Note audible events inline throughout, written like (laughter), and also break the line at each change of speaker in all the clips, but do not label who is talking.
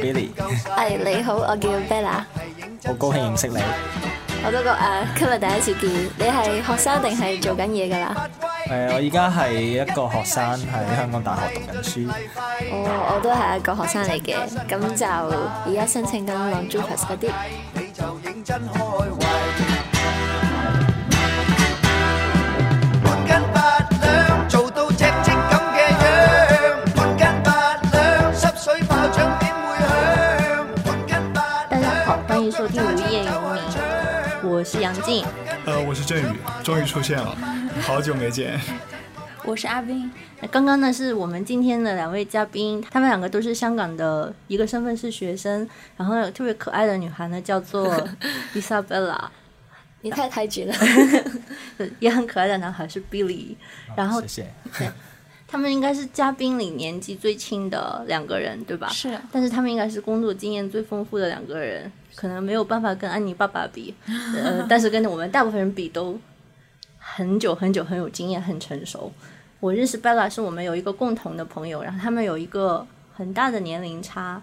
Billy，
喂，你好，我叫 Bella，
好高興認識你。誒、
我都覺誒、今日第一次見，你係學生定係做緊嘢㗎啦？
我而哎家係一個學生，喺香港大學讀緊書。
哦，我都係一個學生嚟嘅，咁就而家申請緊 Longjupas 嗰啲。
大家好，欢迎收听《无业游民》，我是杨静，
呃，我是振宇，终于出现了，好久没见。
我是阿斌。那刚刚呢，是我们今天的两位嘉宾，他们两个都是香港的，一个身份是学生，然后呢特别可爱的女孩呢叫做 Isabella，
你太太住啦， (laughs)
呃也很可爱的男孩是 Billy，然后
謝謝。
他们应该是嘉宾里年纪最轻的两个人，对吧？
是
但是他们应该是工作经验最丰富的两个人，可能没有办法跟安妮爸爸
(laughs)
比，呃，但是跟我们大部分人比都很久很久很有经验，很成熟。我认识 Bella 是我们有一个共同的朋友，然后他们有一个很大的年龄差。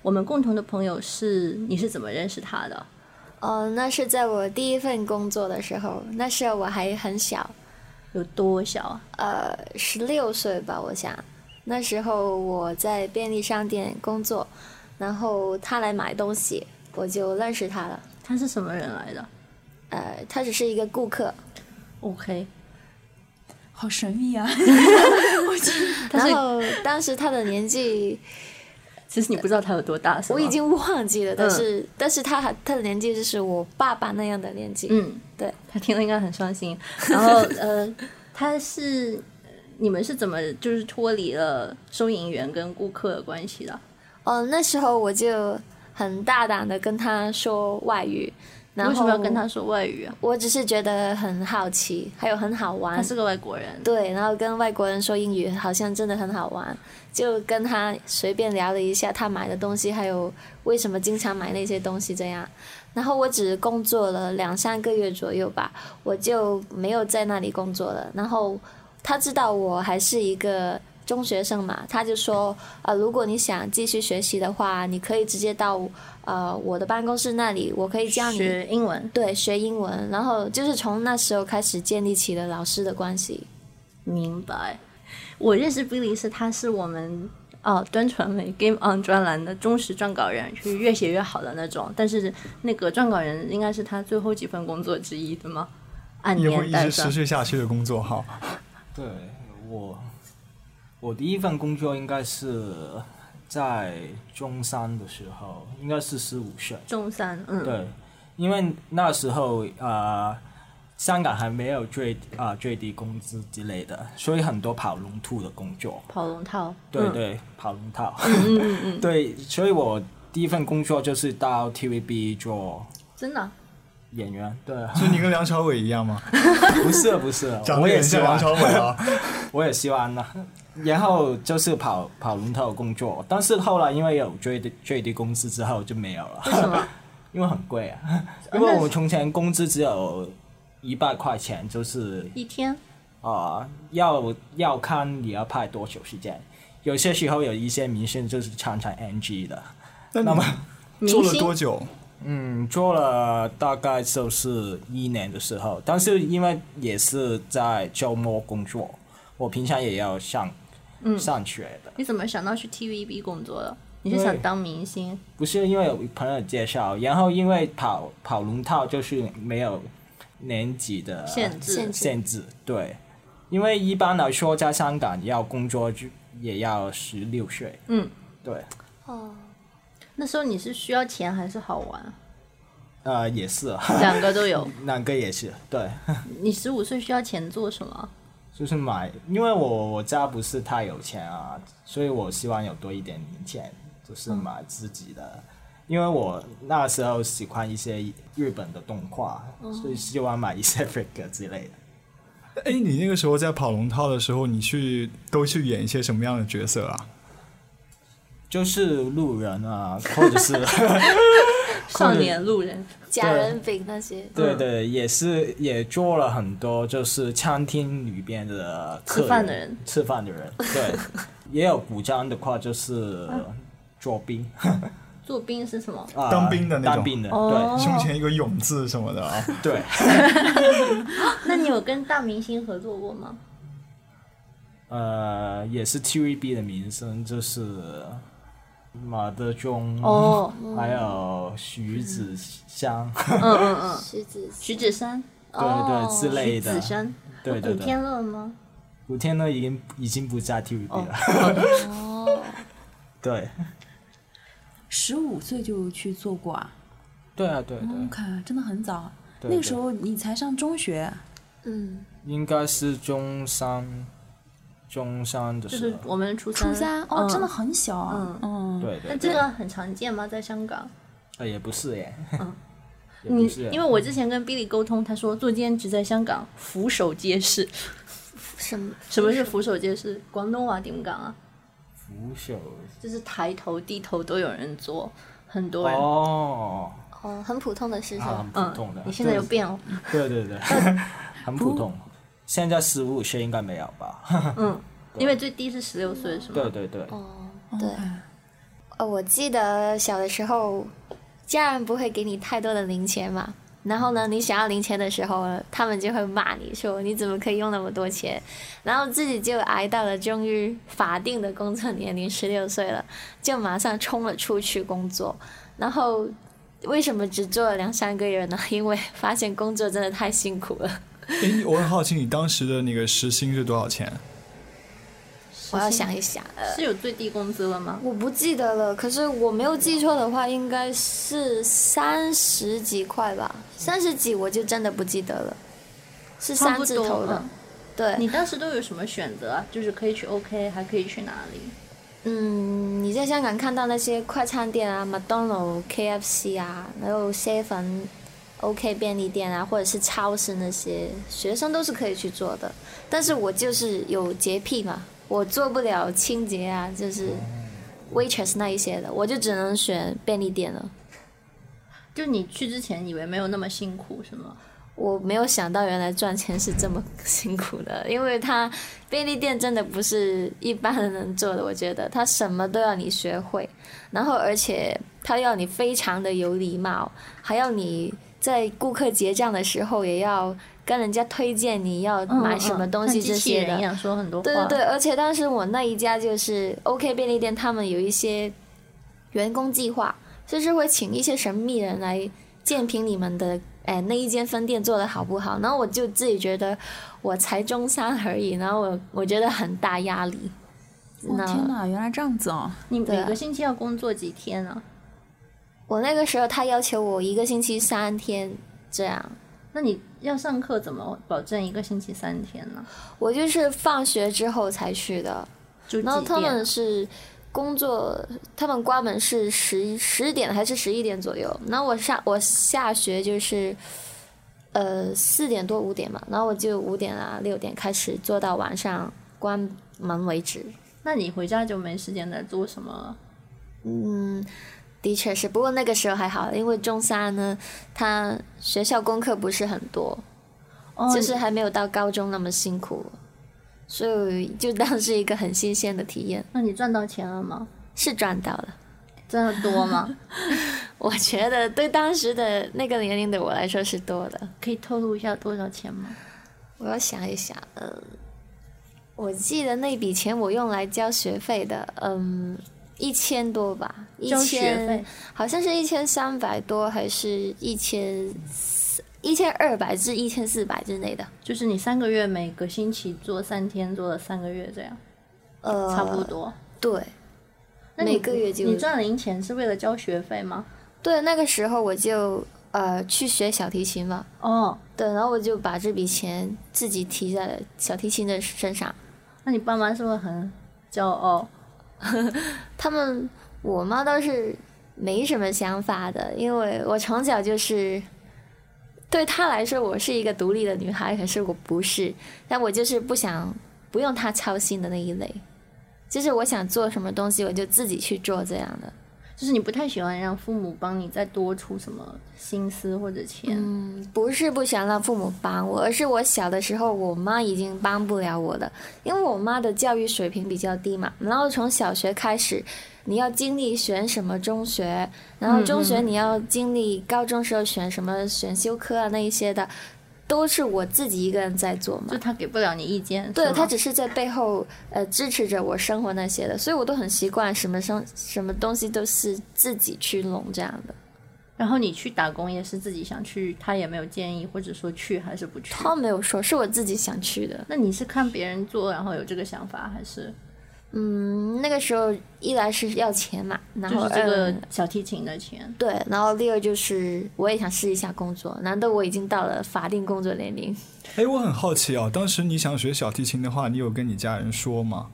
我们共同的朋友是你是怎么认识他的？
哦，那是在我第一份工作的时候，那时候我还很小，
有多小啊？
呃，十六岁吧，我想。那时候我在便利商店工作，然后他来买东西，我就认识他了。
他是什么人来的
呃，他只是一个顾客，
？OK，
好神
(laughs)
秘啊！
但
然
是
后当时他的年纪
其实你不知道他有多大，是吗
我已经忘记
嗯
了，但是、但是他还他的年纪就是我爸爸那样的年纪，
嗯，
对，
他听了应该很伤
(laughs)
心。然后呃，他是你们是怎么就是脱离了收银员跟顾客的关系的？
哦，那时候我就很大胆的跟他说外语，然后嗯
为什么要跟他？说外语啊？
我只是觉得很好奇，还有很好玩
他，是个外国人，
对，然后跟外国人说英语好像真的很好玩，就跟他随便聊了一下他买的东西，还有为什么经常买那些东西这样。然后我只工作了两三个月左右吧，我就没有在那里工作了。然后他知道我还是一个中学生嘛，他就说，呃，如果你想继续学习的话，你可以直接到呃我的办公室那里，我可以教你。
学英文。
对，学英文，然后就是从那时候开始建立起了老师的关系。
明白。我认识 Billy 是他是我们哦端传媒 Game On 专栏的忠实撰稿人，就是越写越好的那种。但是那个撰稿人应该是他最后几份工作之一，对吗？按
以后
年
一
代
直
算
持。续下去的工作哈，
对我，我第一份工作应該是呃在中三的時候，應該是十五歲。
中三，嗯，
对，因為那時候呃，香港還沒有最啊、最低工資之類的，所以很多跑龍兔的工作。
跑龙套，
对
嗯
对，跑龙套。 (laughs) 对，所以我第一份工作就是到 TVB 做
真的啊
演员。对，
就你跟梁朝伟一样吗？
不是不是，
(laughs) 长
我
得
也
很
喜
像
欢，
梁朝伟啊。
(laughs) 我也喜欢呢。然后就是跑跑龙套的工作，但是后来因为有最低最低工资之后就没有
为
了，
什么？
因为很贵啊。 (laughs) 因为我从前工资只有一百块钱，就是
一天
啊、要要看你要拍多久时间。有些时候有一些明星就是常常 NG 的，
那
那
你
么。
做
明
了
星
多久？
嗯，做了大概就是一年的时候，但是因为也是在周末工作，我平常也要上、
嗯
上学的，
你怎么想到去 TVB 工作的？你是
对
想当明星？
不是因为有朋友介绍，然后因为跑跑龙套就是没有年纪的
限制
限制
限制对，因为一般来说在香港要工作就也要十六岁，
嗯，
对，
哦，
那时候你是需要钱还是好玩？
呃，也是， (laughs)
两个都有。
两个也是，对。
你十五岁需要钱做什么？
就是买，因为我我家不是太有钱啊，所以我希望有多一点零钱，就是买自己的。因为我那时候喜欢一些日本的动画，
哦
所以希望买一些 figure 之类的。
哎，你那个时候在跑龙套的时候，你去都去演一些什么样的角色啊？
就是路人
(laughs)
啊，或者是
少年路人，
假人饼那些，
对对，
嗯
也是也做了很多，就是餐厅里边的客
吃饭的人， (laughs) 啊
吃饭的人，对，也有古装的话就是做兵，
做兵是什么？
啊
当兵的那种
当兵的，
哦
胸前一个勇字什么的啊。
对对，
那你有跟大明星合作过吗？
呃，也是 TVB 的名声就是马德钟，
哦，
还有徐子香，
嗯嗯嗯，
狮子
徐子珊，
对对之类
哦徐
的
子，珊，
对对
古
对，
天乐吗？
古天乐已经已经不在 TVB 了， (laughs)
哦，
对
十五岁就去做过啊
对啊对对，
嗯
？OK，真的很早。
对
那
对
个时候你才上中学，
嗯，
应该是中三，中三的
就
时
是
候，
我们初三，
初三哦，
嗯
真的。很小啊。嗯，
对
那
对
这
对，
个很常见吗？在香港？
呃也不是耶， (laughs) 也
嗯你
不是耶，啊嗯
因为我之前跟 Billy 沟通，他说做兼职在香港俯首皆是。
什么？
(laughs) 什么是俯首皆是？广东话点讲啊？
扶手
就是抬头低头都有人做，很多人。
哦，
哦，很普通的事情。
啊很普通的，
你现在有
对嗯
变哦，
对对 (laughs) 对，很普通。现在十五岁应该没有吧？
因为最低是十六岁，是
(laughs)
吗？
对对对，
哦，
嗯
对。呃，我记得小的时候，家人不会给你太多的零钱嘛。然后呢，你想要零钱的时候，他们就会骂你说你怎么可以用那么多钱？然后自己就挨到了终于法定的工作年龄十六岁了，就马上冲了出去工作。然后为什么只做了两三个月呢？因为发现工作真的太辛苦了。
哎，你我很好奇你当时的那个时薪是多少钱？
我要想一想，呃，
是有最低工资了吗？
我不记得了，可是我没有记错的话，应该是三十几块吧，三十几我就真的不记得了，是
差
三
不
字
多
头的
嗯。
对，
你当时都有什么选择啊？就是可以去 OK，还可以去哪里？
嗯，你在香港看到那些快餐店啊，麦当劳、KFC 啊，还有 seven、OK 便利店啊，或者是超市那些，学生都是可以去做的。但是我就是有洁癖嘛，我做不了清洁啊，就是 waitress 那一些的，我就只能选便利店了。
就你去之前以为没有那么辛苦是吗？
我没有想到原来赚钱是这么辛苦的，因为它便利店真的不是一般人能做的，我觉得它什么都要你学会，然后而且它要你非常的有礼貌，还要你在顾客结账的时候也要跟人家推荐你要买什么东西
像
这
嗯机器
些的，
人一样说很多话。
对对对，而且当时我那一家就是 OK 便利店，他们有一些员工计划，就是会请一些神秘人来鉴评你们的。哎，那一间分店做的好不好？然后我就自己觉得，我才中三而已，然后我我觉得很大压力。
哇
那
哦天哪，原来这样子哦。
你
对啊
每个星期要工作几天啊？
我那个时候他要求我一个星期三天这样，
那你要上课怎么保证一个星期三天呢？
我就是放学之后才去的。
就
然后
几
他
点啊
们是工作，他们关门是十十点还是十一点左右？然后我上我下学就是，呃四点多五点嘛，然后我就五点啊六点开始做到晚上关门为止。
那你回家就没时间来做什么了？
嗯，的确是，不过那个时候还好，因为中三呢，他学校功课不是很多，
哦
就是还没有到高中那么辛苦，所以就当是一个很新鲜的体验，
那你赚到钱了吗？
是赚到了。
赚的多吗？
(laughs) 我觉得对当时的那个年龄的我来说是多的。
(laughs) 可以透露一下多少钱吗？
我要想一想，嗯，我记得那笔钱我用来交学费的，嗯，一千多吧，一
交学
千
费
好像是一千三百多，还是一千一千二百至一千四百之内的，
就是你三个月每个星期做三天，做了三个月这样，
呃，
差不。多。
对，
那你
每个月就
你赚零钱是为了交学费吗？
对，那个时候我就呃去学小提琴嘛，
哦，
对，然后我就把这笔钱自己提在了小提琴的身上。
那你爸妈是不是很骄傲？
他们我妈倒是没什么想法的，因为我从小就是。对她来说，我是一个独立的女孩，可是我不是，但我就是不想不用她操心的那一类，就是我想做什么东西，我就自己去做这样的。
就是你不太喜欢让父母帮你再多出什么心思或者钱。
不是不想让父母帮我，而是我小的时候，我妈已经帮不了我了，因为我妈的教育水平比较低嘛。然后从小学开始，你要经历选什么中学，然后中学你要经历高中时候选什么选修课啊那一些的，都是我自己一个人在做嘛
就。他给不了你意见，
对
是吗
他只是在背后呃支持着我生活那些的，所以我都很习惯什么生什么东西都是自己去弄这样的。
然后你去打工也是自己想去，他也没有建议，或者说去还是不去。
他没有说是我自己想去的，
那你是看别人做，然后有这个想法，还是
嗯，那个时候一来是要钱嘛，然
就
后嗯
是这个
二
小提琴的钱？
对，然后第二就是我也想试一下工作，难道我已经到了法定工作年龄？
哎，我很好奇啊，当时你想学小提琴的话，你有跟你家人说吗？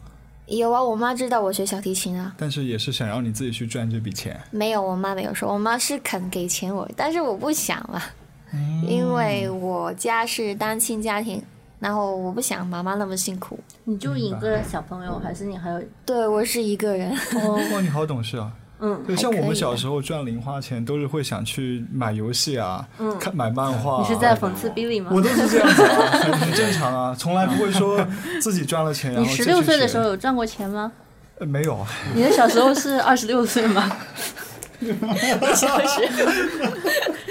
有啊，我妈知道我学小提琴啊。
但是也是想让你自己去赚这笔钱。
没有，我妈没有说，我妈是肯给钱我，但是我不想嘛，因为我家是单亲家庭，然后我不想妈妈那么辛苦。
你就一个小朋友，还是你还有
对我是一个人， (laughs)
哦，哇，你好懂事啊！
嗯，
对，像
还
我
可
们
以
小
的
时候赚零花钱，都是会想去买游戏啊，看买漫画、啊。
嗯你是在讽刺 Billy 吗？
我都是这样子、啊，很很正常啊，从来不会说自己赚了钱。然
(laughs) 你
后
十
再
六
去
岁的
学
时候有赚过钱吗？
呃没有， (laughs)
你的小时候是二十六岁吗？小时候，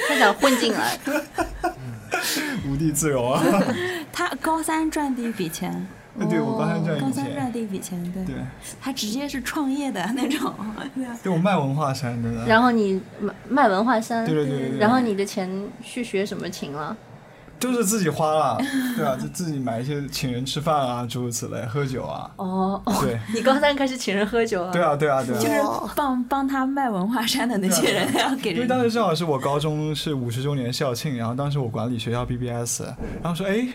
他想混进来，
无地自容啊。
他高三赚第一笔钱，
哦
对我刚才赚
高
一笔
三赚
钱，
第一笔钱，对，
对，
他直接是创业的那种，对啊
对我卖文化衫真的。
然后你卖卖文化衫，
对对对对对
然后你的钱去学什么琴了？
就是自己花了，对啊，就自己买一些请人吃饭啊，诸如此类，喝酒啊，
哦，哦
对，
你高三开始请人喝酒啊？
对啊，对啊，对啊。
就是
哦
(laughs) 帮帮他卖文化衫的那些人要给
因为
人
当时正好是我高中是五十周年校庆，然后当时我管理学校 BBS，然后说哎，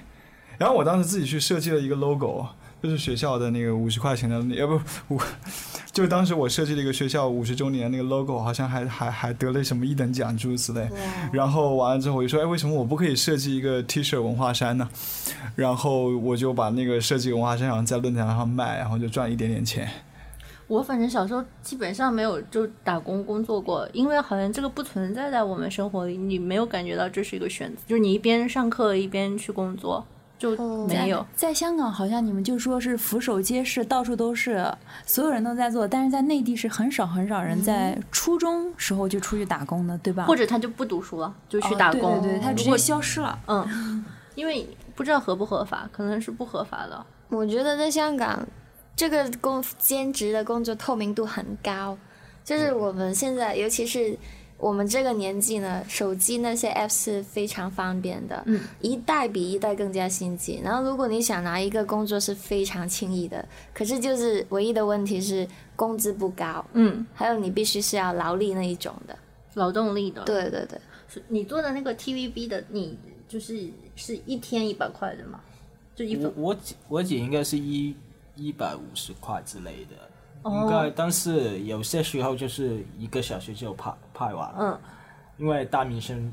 然后我当时自己去设计了一个 logo，就是学校的那个五十块钱的，要不五， (laughs) 就当时我设计了一个学校五十周年那个 logo，好像还还还得了什么一等奖诸如此类。然后完了之后我就说，哎，为什么我不可以设计一个 T 恤文化衫呢？然后我就把那个设计文化衫，然后在论坛上卖，然后就赚一点点钱。
我反正小时候基本上没有就打工工作过，因为好像这个不存在在我们生活里，你没有感觉到这是一个选择，就是你一边上课一边去工作，就
哦
没有。
在香港，好像你们就说是俯首皆是，到处都是，所有人都在做，但是在内地是很少很少人在初中时候就出去打工的，对吧？
或
者
者他就不读书了，就去打工。
哦对对对，他直接消失了。
嗯，因为不知道合不合法，可能是不合法的。
我觉得在香港这个工兼职的工作透明度很高，就是我们现在尤其是。我们这个年纪呢，手机那些 app 是非常方便的，
嗯，
一代比一代更加先进。然后，如果你想拿一个工作是非常轻易的，可是就是唯一的问题是工资不高，
嗯，
还有你必须是要劳力那一种的。
劳动力的。，
对对对，
你做的那个 TVB 的，你就是是一天一百块的嘛？就一
我
分
我姐我姐应该是一一百五十块之类的，应该
哦，，
但是有些时候就是一个小时就拍拍完了，
嗯，
因为大明星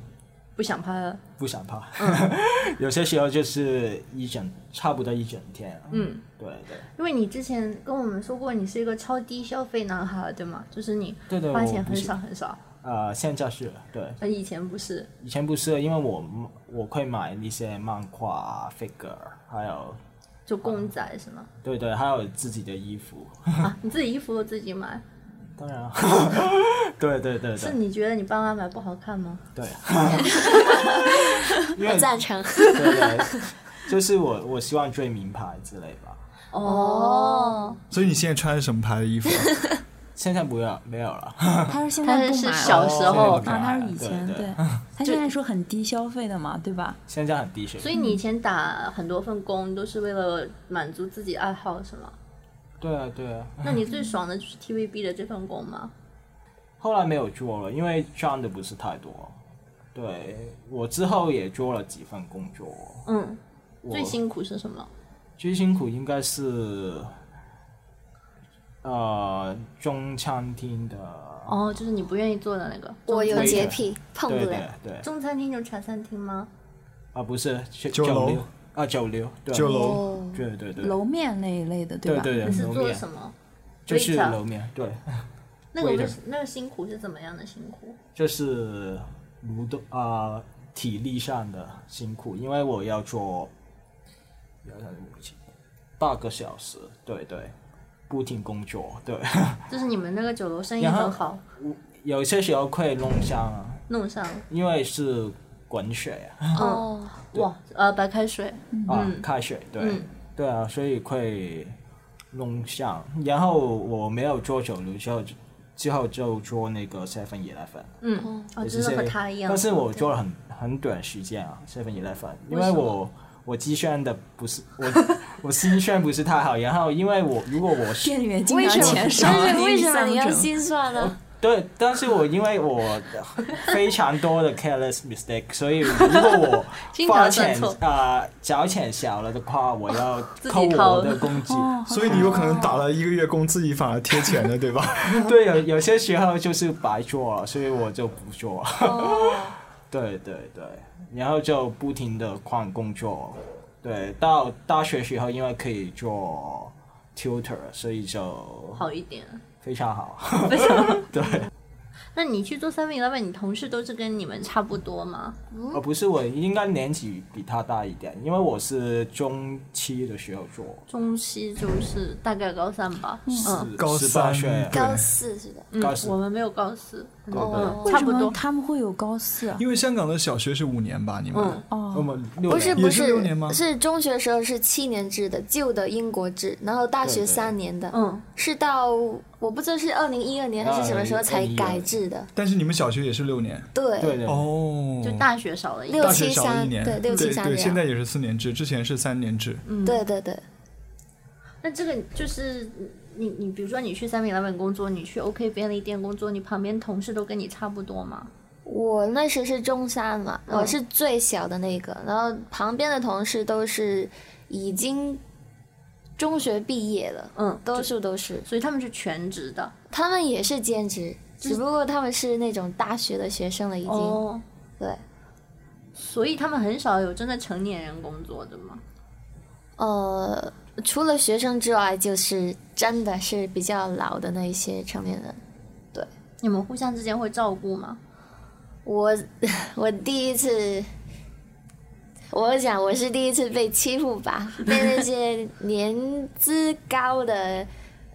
不想拍了。
不想拍， (laughs) 有些时候就是一整差不多一整天，
嗯，
对对
因为你之前跟我们说过，你是一个超低消费男孩，对吗？就是你
对对，
花
我
钱
不
很
是
少很少，
呃，现在是对，
呃，以前不是。
以前不是，因为我我会买一些漫画、啊、figure，还有
就公仔是吗？
对对，还有自己的衣服，
啊，你自己衣服都自己
(laughs)
买，
当然啊，对对对
是
对
你觉得你爸妈买不好看吗？ (laughs)
对，因为
我赞成。 (laughs)
对对， (laughs) 就是我我希望追名牌之类吧。
哦，
所以你现在穿的什么牌的衣服啊？
现在不要没有
(laughs)
了，
他是现
他
在
是是
不买了
小时候
啊，他是以前
对对
对，他现在说很低消费的嘛，对吧？
现在很低水
所
平。
以你以前打很多份工都是为了满足自己爱好，是吗？
对啊对啊，
那你最爽的就是 TVB 的这份工吗？
后来没有做了，因为赚的不是太多。对我之后也做了几份工作，
嗯，
我
最辛苦是什么？
最辛苦应该是，呃，中餐厅的，
哦，就是你不愿意做的那个。
我有
中餐
洁癖，碰
对
不
对
了。
对，
中餐厅有茶餐厅吗？
啊不是酒
酒楼
流啊酒流，对
酒楼
哦，
对对对，
楼面那一类的，
对
吧？
对
你
对
是
楼
做
面
什么？
就是
？waiter
楼面，对，
那个
waiter
为那个辛苦是怎么样的辛苦？
就是劳动啊体力上的辛苦，因为我要做，要三五七八个小时，对对，不停工作，对， (laughs)
就是你们那个酒楼生意
然后
很好，
有些时候会弄伤啊，
弄上
因为是滚水啊，
哦，
哇呃白开水，
啊，
嗯
开水，对，对啊，所以会弄伤。然后我没有做酒楼之后，之后就做那个 Seven Eleven。
嗯，哦，
也
真
是 7-Eleven
的和他一样。
但是我做了很很短时间啊，Seven Eleven，因为我我计算的不是我我心算不是太好，然后因为我如果我是
店员经
为
常
什么？
钱少，
但是 (laughs) 为什么
丧
你要
整
心算呢？
对，但是我因为我非常多的 careless mistake，所以如
(laughs)
果我
经常
花
算
钱
错
啊找钱少了的话，我要
(laughs) 自己
扣
掏哦
我的工资。
所以你有可能打了一个月工资，你反而贴钱了，对吧？
(laughs)
(laughs) 对，有有些时候就是白做了，所以我就不做。 (laughs) 对对对，然后就不停的换工作。对，到大学时候因为可以做 tutor，所以就
好一点，
非常好。 (laughs)
那你去做 Seven Eleven，你同事都是跟你们差不多吗？
哦，不是我，应该年纪比他大一点，因为我是中期的时候做，
中期就是大概高三吧，嗯，
高
十八
三
岁啊，
对
高四是的，
高四
我们没有高四，
对
嗯，
为
差
什
不
么
多。
他们会有高四啊？哦
因为香港的小学是五年吧，你们、
嗯
那么六
不是
年
不
也是六年吗
是中学时候是七年制的，旧的英国制，然后大
对
学
对
三年的，
嗯，
是到我不知道是二零一二年还是什么时候才
2012
改制的，
但是你们小学也是六年
对，
对对
哦，
就大学少了一
六
大
个，
学
七
少了
三
一年，
对
对
六七三这样
现在也是四年制，之前是三年制。
对对对，
嗯那这个就是。你你比如说你去 Seven Eleven 工作，你去 OK 便利店工作，你旁边同事都跟你差不多吗？
我那时是中三嘛，我是最小的那个，然后旁边的同事都是已经中学毕业了，
嗯，
多数都是，
所以他们是全职的。
他们也是兼职，只不过他们是那种大学的学生了，已经、
哦，
对，
所以他们很少有真的成年人工作的嘛。
呃，除了学生之外，就是真的是比较老的那一些成年人。
你们互相之间会照顾吗？
我 (laughs) 我第一次，我想我是第一次被欺负吧，被那些年资高的，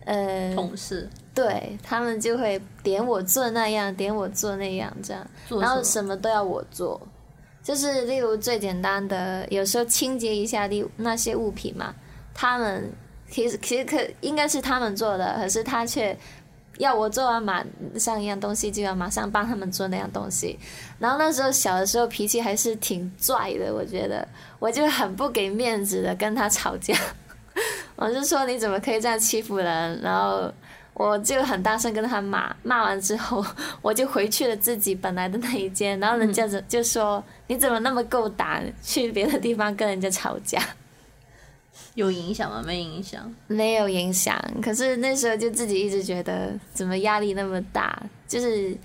呃，
同事
对他们就会点我做那样，点我做那样这样，
做
然后
什
什么都要我做，就是例如最简单的，有时候清洁一下的那些物品嘛，他们其实其实可应该是他们做的，可是他却要我做完马上一样东西，就要马上帮他们做那样东西。然后那时候小的时候脾气还是挺拽的，我觉得我就很不给面子的跟他吵架， (laughs) 我就说你怎么可以这样欺负人，然后。我就很大声跟他骂，骂完之后我就回去了自己本来的那一间，然后人家就就说、你怎么那么够胆去别的地方跟人家吵架？
有影响吗？没影响。
没有影响，可是那时候就自己一直觉得怎么压力那么大，就是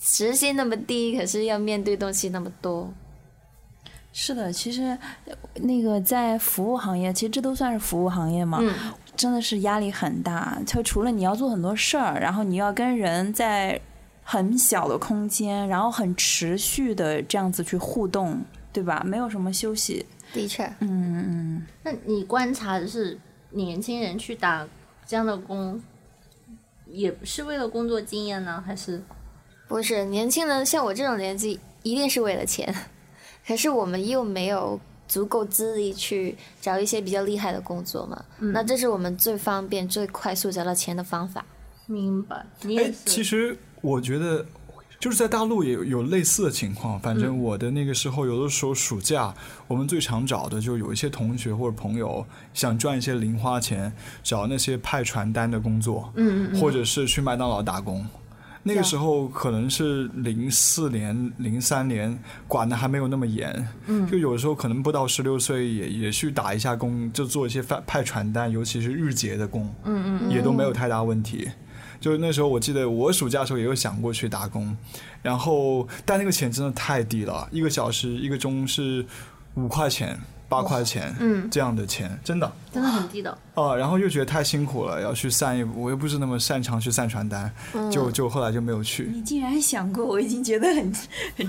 时薪那么低，可是要面对东西那么多。
是的，其实呃那个在服务行业，其实这都算是服务行业
嗯
嘛，真的是压力很大。就除了你要做很多事儿，然后你要跟人在很小的空间，然后很持续的这样子去互动，对吧？没有什么休息。
的确，
嗯嗯，
那你观察的是年轻人去打这样的工，也是为了工作经验呢，还是
不是年轻人像我这种年纪，一定是为了钱， (laughs) 可是我们又没有足够资历去找一些比较厉害的工作嘛，那这是我们最方便、最快速找到钱的方法。
明白？你
哎
也，是，
其实我觉得。就是在大陆也有有类似的情况，反正我的那个时候，有的时候暑假，我们最常找的就是有一些同学或者朋友想赚一些零花钱，找那些派传单的工作，嗯或者是去麦当劳打工。那个时候可能是零四年、零三年，管的还没有那么严，嗯，就有时候可能不到十六岁也也去打一下工，就做一些派派传单，尤其是日结的工，嗯嗯，也都没有太大问题。就是那时候，我记得我暑假的时候也有想过去打工，然后但那个钱真的太低了，一个小时一个钟是五块钱，八块钱，
嗯
这样的钱，真的
真的很地道。
哦、然后又觉得太辛苦了，要去散一，我又不是那么擅长去散传单，就就后来就没有去。
你竟然想过，我已经觉得很很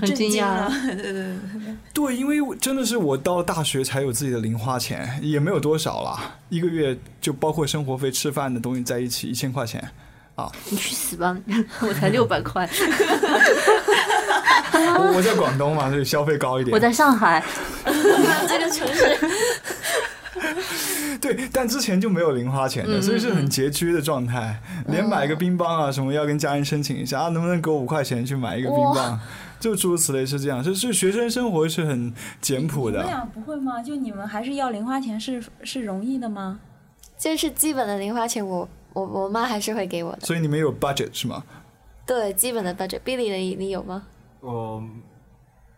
很
震
惊
惊
讶
了。对对对，
对，因为我真的是我到了大学才有自己的零花钱，也没有多少啦，一个月就包括生活费、吃饭的东西在一起一千块钱。
(laughs) 你去死吧！ (laughs) 我才六百块，
我我在广东嘛，所以消费高一点。
(laughs) 我在上 (laughs) 海，
这个城市
对，但之前就没有零花钱的，所以是很拮据的状态，连买个冰棒啊什么要跟家人申请一下啊，能不能给我五块钱去买一个冰棒？就诸如此类是这样，就是学生生活是很简朴
你们
的。
俩不会吗？就你们还是要零花钱是是容易的吗？
就是基本的零花钱我，我我妈还是会给我的。
所以你们有 budget 是吗？
对，基本的 budget。Billy，你你有吗？
我嗯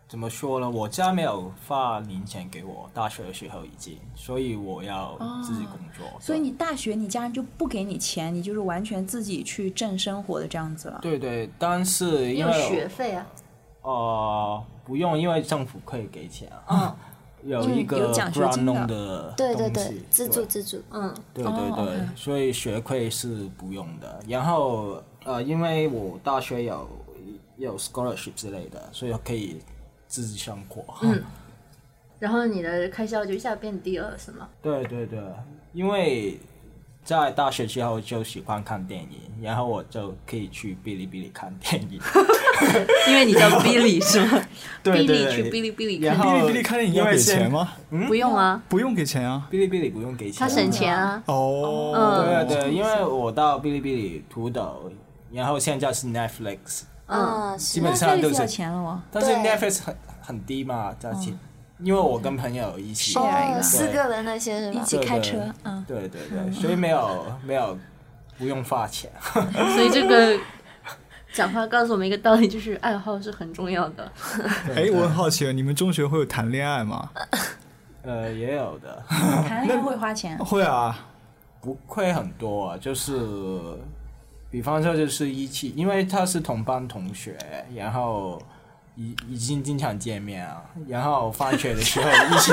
怎么说呢？我家没有发零钱给我，大学的时候已经，所以我要自己工作。
哦所以你大学你家人就不给你钱，你就是完全自己去挣生活的这样子了。
对对，但是
(laughs) 你
因
有
为
学费啊？
呃不用，因为政府可以给钱啊。 (laughs) 有
嗯
一个
有奖学
grant
金的
弄的东西，
对对对，自助
对
自助。
嗯，
对
哦
对对，
OK
所以学费是不用的。然后呃，因为我大学有有 scholarship 之类的，所以可以自己生活。嗯，
然后你的开销就一下变低了，是吗？
对对对，因为在大学之后就喜欢看电影，然后我就可以去哔哩哔哩看电影。
因为你叫 Billy 是吗？
对
Billy
对
去
对，
哔哩哔哩
然
哔
后
看，
哩哔哩看电影要给钱吗？
不用啊，
不用给钱啊。
哔哩哔哩不用给钱，
他省。钱啊。
哦，
对对，因为我到哔哩哔哩、土豆，然后现在是 Netflix，
啊，
嗯
是
基本上都
那
是
要钱了 (clears throat) 哦。
但是
对
Netflix 很很低嘛，价钱，因为我跟朋友一起，
这样一
哦，
个
四个人那些是
一
吧？
起
对
开
对
车，嗯，
对对对，所以没有没有不用花钱，
啊所以这个讲话告诉我们一个道理，就是爱好是很重要的。
哎，我很好奇，你们中学会有谈恋爱吗？
呃，也有的，
谈恋爱会花钱。
会啊，
不会很多啊，就是比方说就是一起，因为他是同班同学，然后。已已经经常见面啊，然后放学的时候一起，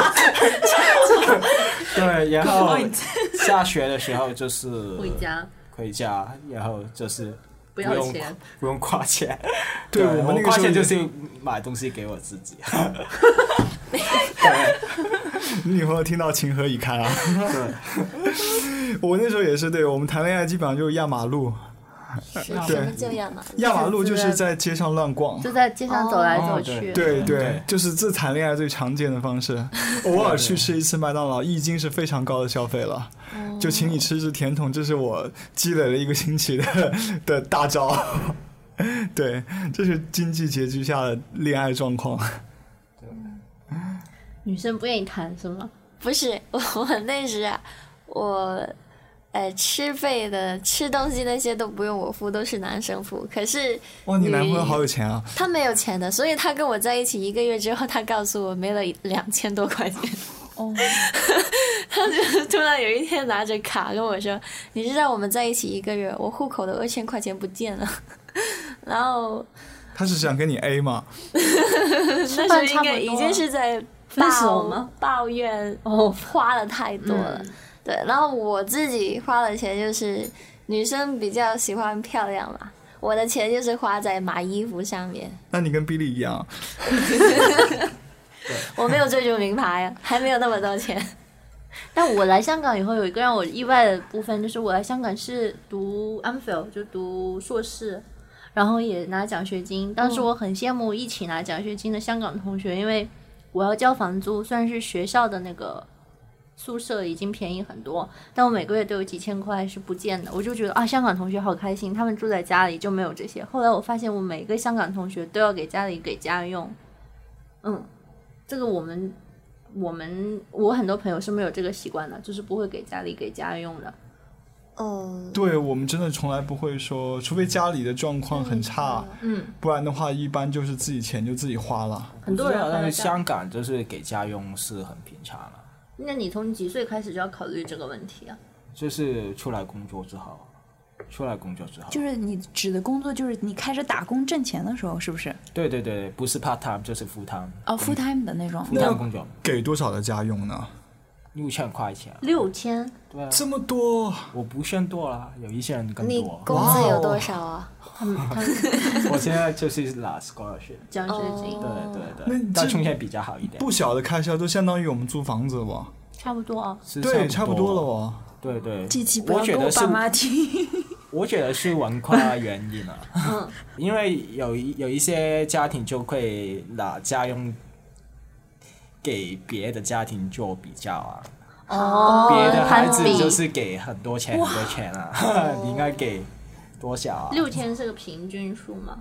(laughs) 对，然后下学的时候就是
回家
回家，然后就是
不要
用
钱，
不用花钱。
对我们那个
花
时候
钱就
就是
买东西给我自己。啊对
你以后听到情何以堪啊！
对，
(laughs) 我那时候也是，对我们谈恋爱基本上就是压马路，
什么这样嘛？
压马路就是在街上乱逛。
就在街上走来走去
哦。
对对
对，
就是这谈恋爱最常见的 (laughs) 方式。偶尔去吃一次麦当劳，已经是非常高的消费了。就请你吃一只甜筒，这是我积累了一个星期的 (laughs) 的大招。 (laughs) 对，这是经济拮据下的恋爱状况。
女生不愿意谈是吗？
不是，我我那时啊，我呃吃费的吃东西那些都不用我付，都是男生付。可是
哇，你男朋友
你
好有钱啊！
他没有钱的，所以他跟我在一起一个月之后，他告诉我没了两千多块钱。
哦，
(laughs) 他就突然有一天拿着卡跟我说：“你知道我们在一起一个月，我户口的二千块钱不见了。” (laughs) 然后
他是想跟你 A 吗？
那
饭
时
差
候应
不
该
多
已经
了
是在
分手
抱
吗？嗯
抱怨
哦，
花了太多了。 (laughs) 对，然后我自己花的钱就是女生比较喜欢漂亮嘛，我的钱就是花在买衣服上面，
那你跟比利一样，
我没有追逐名牌呀，还没有那么多钱。
但我来香港以后，有一个让我意外的部分，就是我来香港是读 Amphil，就读硕士，然后也拿奖学金。当时我很羡慕一起拿奖学金的香港同学，因为我要交房租，虽然是学校的那个宿舍已经便宜很多，但我每个月都有几千块是不见的。我就觉得啊，香港同学好开心，他们住在家里就没有这些。后来我发现，我每个香港同学都要给家里给家用，嗯，这个我们我们我很多朋友是没有这个习惯的，就是不会给家里给家用的。
嗯，
对我们真的从来不会说，除非家里的状况很差，
嗯，
不然的话一般就是自己钱就自己花了。
很多人
不知道
花
但
在
是
家里。
啊香港就是给家用是很平常了，
那你从几岁开始就要考虑这个问题啊？
就是出来工作之后，出来工作之后，
就是你指的工作，就是你开始打工挣钱的时候，是不是？
对对对，不是 part time 就是 full time，full
哦，full time 的那种。
time 工作
给多少的家用呢？
六千块钱，
六千，
对啊，
这么多，
我不算多了，有一些人更
你
多。
工资有多少啊？
我现在就是拿 scholarship，
奖学金、
对
那
对
你
对，
这
但充钱比较好一点
不，小的开销都相当于我们租房子了吧？
差不多啊。
是
对，差不
不
多了
哦。
哦。
对对，
这期不
我
要
觉
跟我
得是
爸妈听。
我觉得是文化原因啊，
嗯
(laughs) 因为有一有一些家庭就会拿家用给别的家庭做比较啊，
哦
别的孩
攀
子
比
就是给很多钱很多钱啊， (laughs) 你应该给多少啊？
哦六千是个平均数嘛，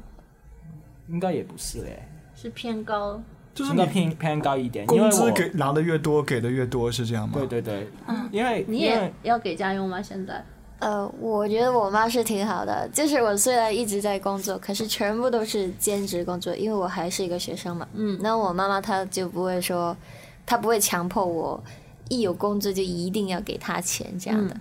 应该也不是嘞，
是偏高。
就是
应该
你
偏偏高一点，因为
工资
我
给拿的越多，给的越多，是这样吗？
对对对，因为
嗯你
因为
也要给家用吗？现在？
呃，我觉得我妈是挺好的，就是我虽然一直在工作，可是全部都是兼职工作，因为我还是一个学生嘛。嗯，那我妈妈她就不会说，她不会强迫我一有工作就一定要给她钱这样的。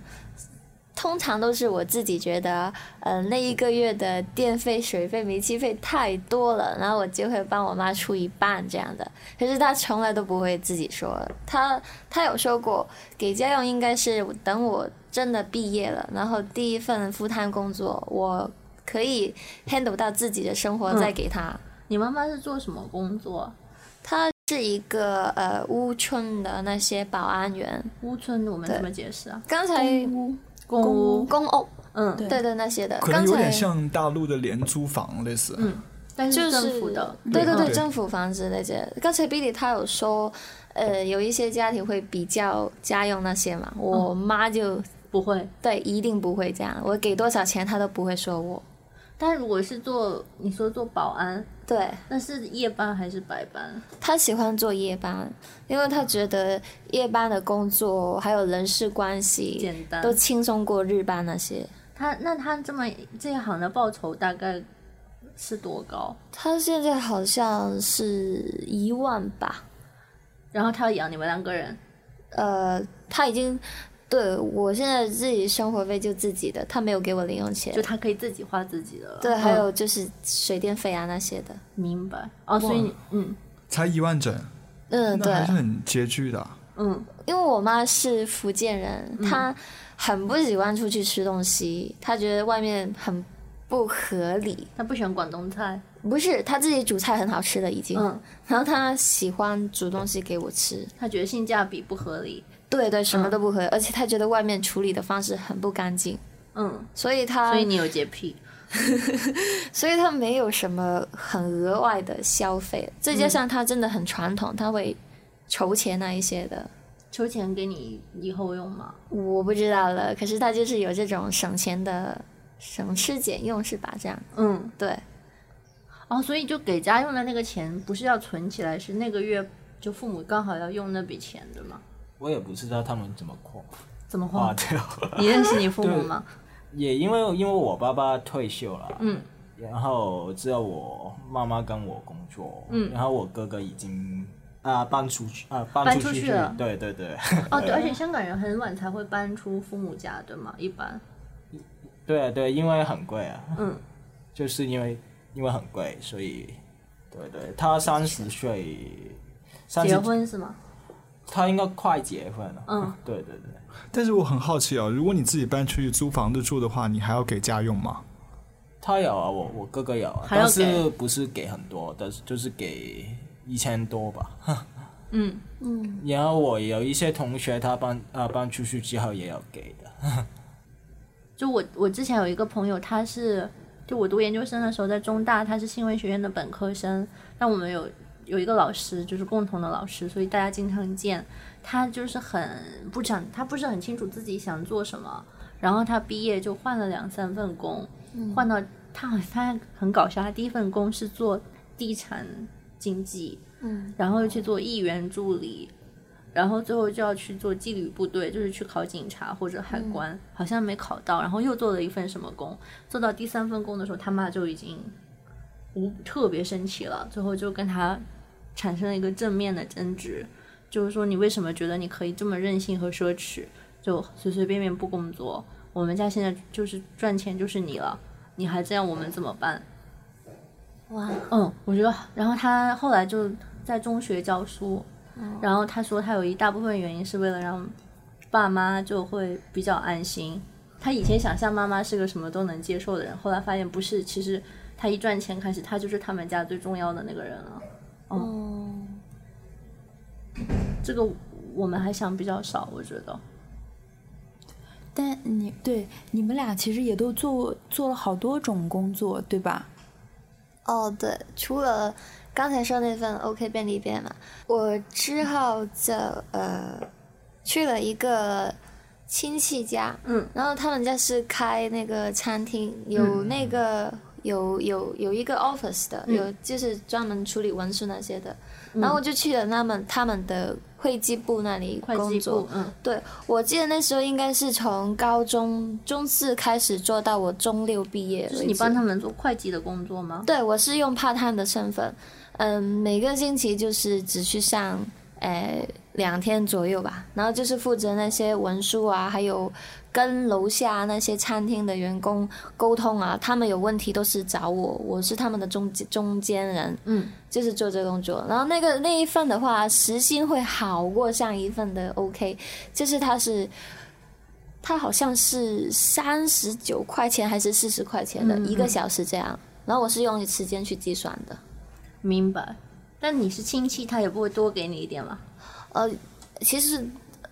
通常都是我自己觉得，呃，那一个月的电费、水费、煤气费太多了，然后我就会帮我妈出一半这样的。可是她从来都不会自己说，她她有说过，给家用应该是等我真的毕业了，然后第一份 full time 工作，我可以 handle 到自己的生活
嗯
再给他。
你妈妈是做什么工作？
他是一个呃乌村的那些保安员，
屋村我们
对
怎么解释啊？
刚才
公屋。
公屋，
嗯，
对
对对那些的，
可能
刚
有
才
点像大陆的廉租房类似。
嗯但
就是
政府的。
对对
对
对，
对
政府房子那些。刚才 Billy 他有说，呃，有一些家庭会比较家用那些嘛，我妈就、
不会。
对一定不会这样，我给多少钱她都不会说我，
但如果是做，你说做保安，
对。
那是夜班还是白班？
他喜欢做夜班，因为他觉得夜班的工作还有人事关系
简单
都。轻松过日班那些。
他那他这么这一行的报酬大概是多高？
他现在好像是一万吧，
然后他要养你们两个人，
呃，他已经对我现在自己生活费就自己的，他没有给我零用钱
就。他可以自己花自己的了。
对，
嗯
还有就是水电费啊那些的。
明白哦，所以你嗯
才一万整，
嗯，
那
对。
还是很拮据的。
嗯，
因为我妈是福建人，她很不喜欢出去吃东西，她觉得外面很不合理。
他不喜欢广东菜，
不是，她自己煮菜很好吃的已经，
嗯，
然后她喜欢煮东西给我吃。
他觉得性价比不合理，
对对，什么
嗯
都不合，而且她觉得外面处理的方式很不干净，
嗯，
所以她
所以你有洁癖，
所以他没有什么很额外的消费，再加上他真的很传统，他会筹钱那一些的，
筹钱给你以后用吗？
我不知道了。可是他就是有这种省钱的，省吃俭用是吧？这样
嗯，
对，
哦，所以就给家用的那个钱不是要存起来，是那个月就父母刚好要用那笔钱，对吗？
我也不知道他们怎么花
怎么
花？
花
掉，
你认识你父母吗？
(laughs) 也因为因为我爸爸退休了，
嗯，
然后只有我妈妈跟我工作，
嗯
然后我哥哥已经啊、搬出去啊、
搬
出
出
去
去了
对对对 (laughs)
哦，对，而且香港人很晚才会搬出父母家，对吗？一般，
对啊对，因为很贵啊，
嗯，
就是因为因为很贵，所以对对，他三十岁，三
结
十
婚是吗？
他应该快结婚了，
嗯，
(laughs) 对对对，
但是我很好奇啊，如果你自己搬出去租房子住的话，你还要给家用吗？
他有啊，我我哥哥有啊，
还要
但
给
是不是给很多，但是就是给一千多吧。
(laughs) 嗯，
然后我有一些同学他搬啊、搬出去之后也有给的，
就我我之前有一个朋友，他是就我读研究生的时候在中大，他是新闻学院的本科生，那我们有有一个老师就是共同的老师，所以大家经常见。他就是很不想，他不是很清楚自己想做什么，然后他毕业就换了两三份工，换到他很他很搞笑，他第一份工是做地产经济，
嗯，
然后又去做议员助理，然后最后就要去做纪律部队，就是去考警察或者海关，好像没考到，然后又做了一份什么工，做到第三份工的时候，他妈就已经无特别生气了，最后就跟他产生了一个正面的争执，就是说你为什么觉得你可以这么任性和奢侈，就随随便便不工作？我们家现在就是赚钱就是你了，你还这样我们怎么办？
哇，
嗯，我觉得，然后他后来就在中学教书，然后他说他有一大部分原因是为了让爸妈就会比较安心。他以前想象妈妈是个什么都能接受的人，后来发现不是，其实他一赚钱开始，他就是他们家最重要的那个人了。
哦，
这个我们还想比较少，我觉得。
(laughs) 但你对你们俩其实也都做做了好多种工作，对吧？
哦，对，除了刚才说那份 OK 便利店嘛，我之后就呃去了一个亲戚家，
嗯，
然后他们家是开那个餐厅，有
嗯
那个、有有有一个 office 的，
嗯
有就是专门处理文书那些的，然后我就去了他们他们的会计部那里
会
工
计
作
部，，嗯，
对，我记得那时候应该是从高中中四开始做到我中六毕业为
就
止，
是你帮他们做会计的工作吗？
对，我是用 part time 的身份，嗯，每个星期就是只去上，呃，两天左右吧。然后就是负责那些文书啊，还有跟楼下那些餐厅的员工沟通啊，他们有问题都是找我，我是他们的中间中间人，
嗯，
就是做这工作。然后那个那一份的话，时薪会好过上一份的 OK，就是它是。它好像是三十九块钱还是四十块钱
嗯
的、一个小时这样，然后我是用时间去计算的。
明白。但你是亲戚，他也不会多给你一点吗？
呃，其实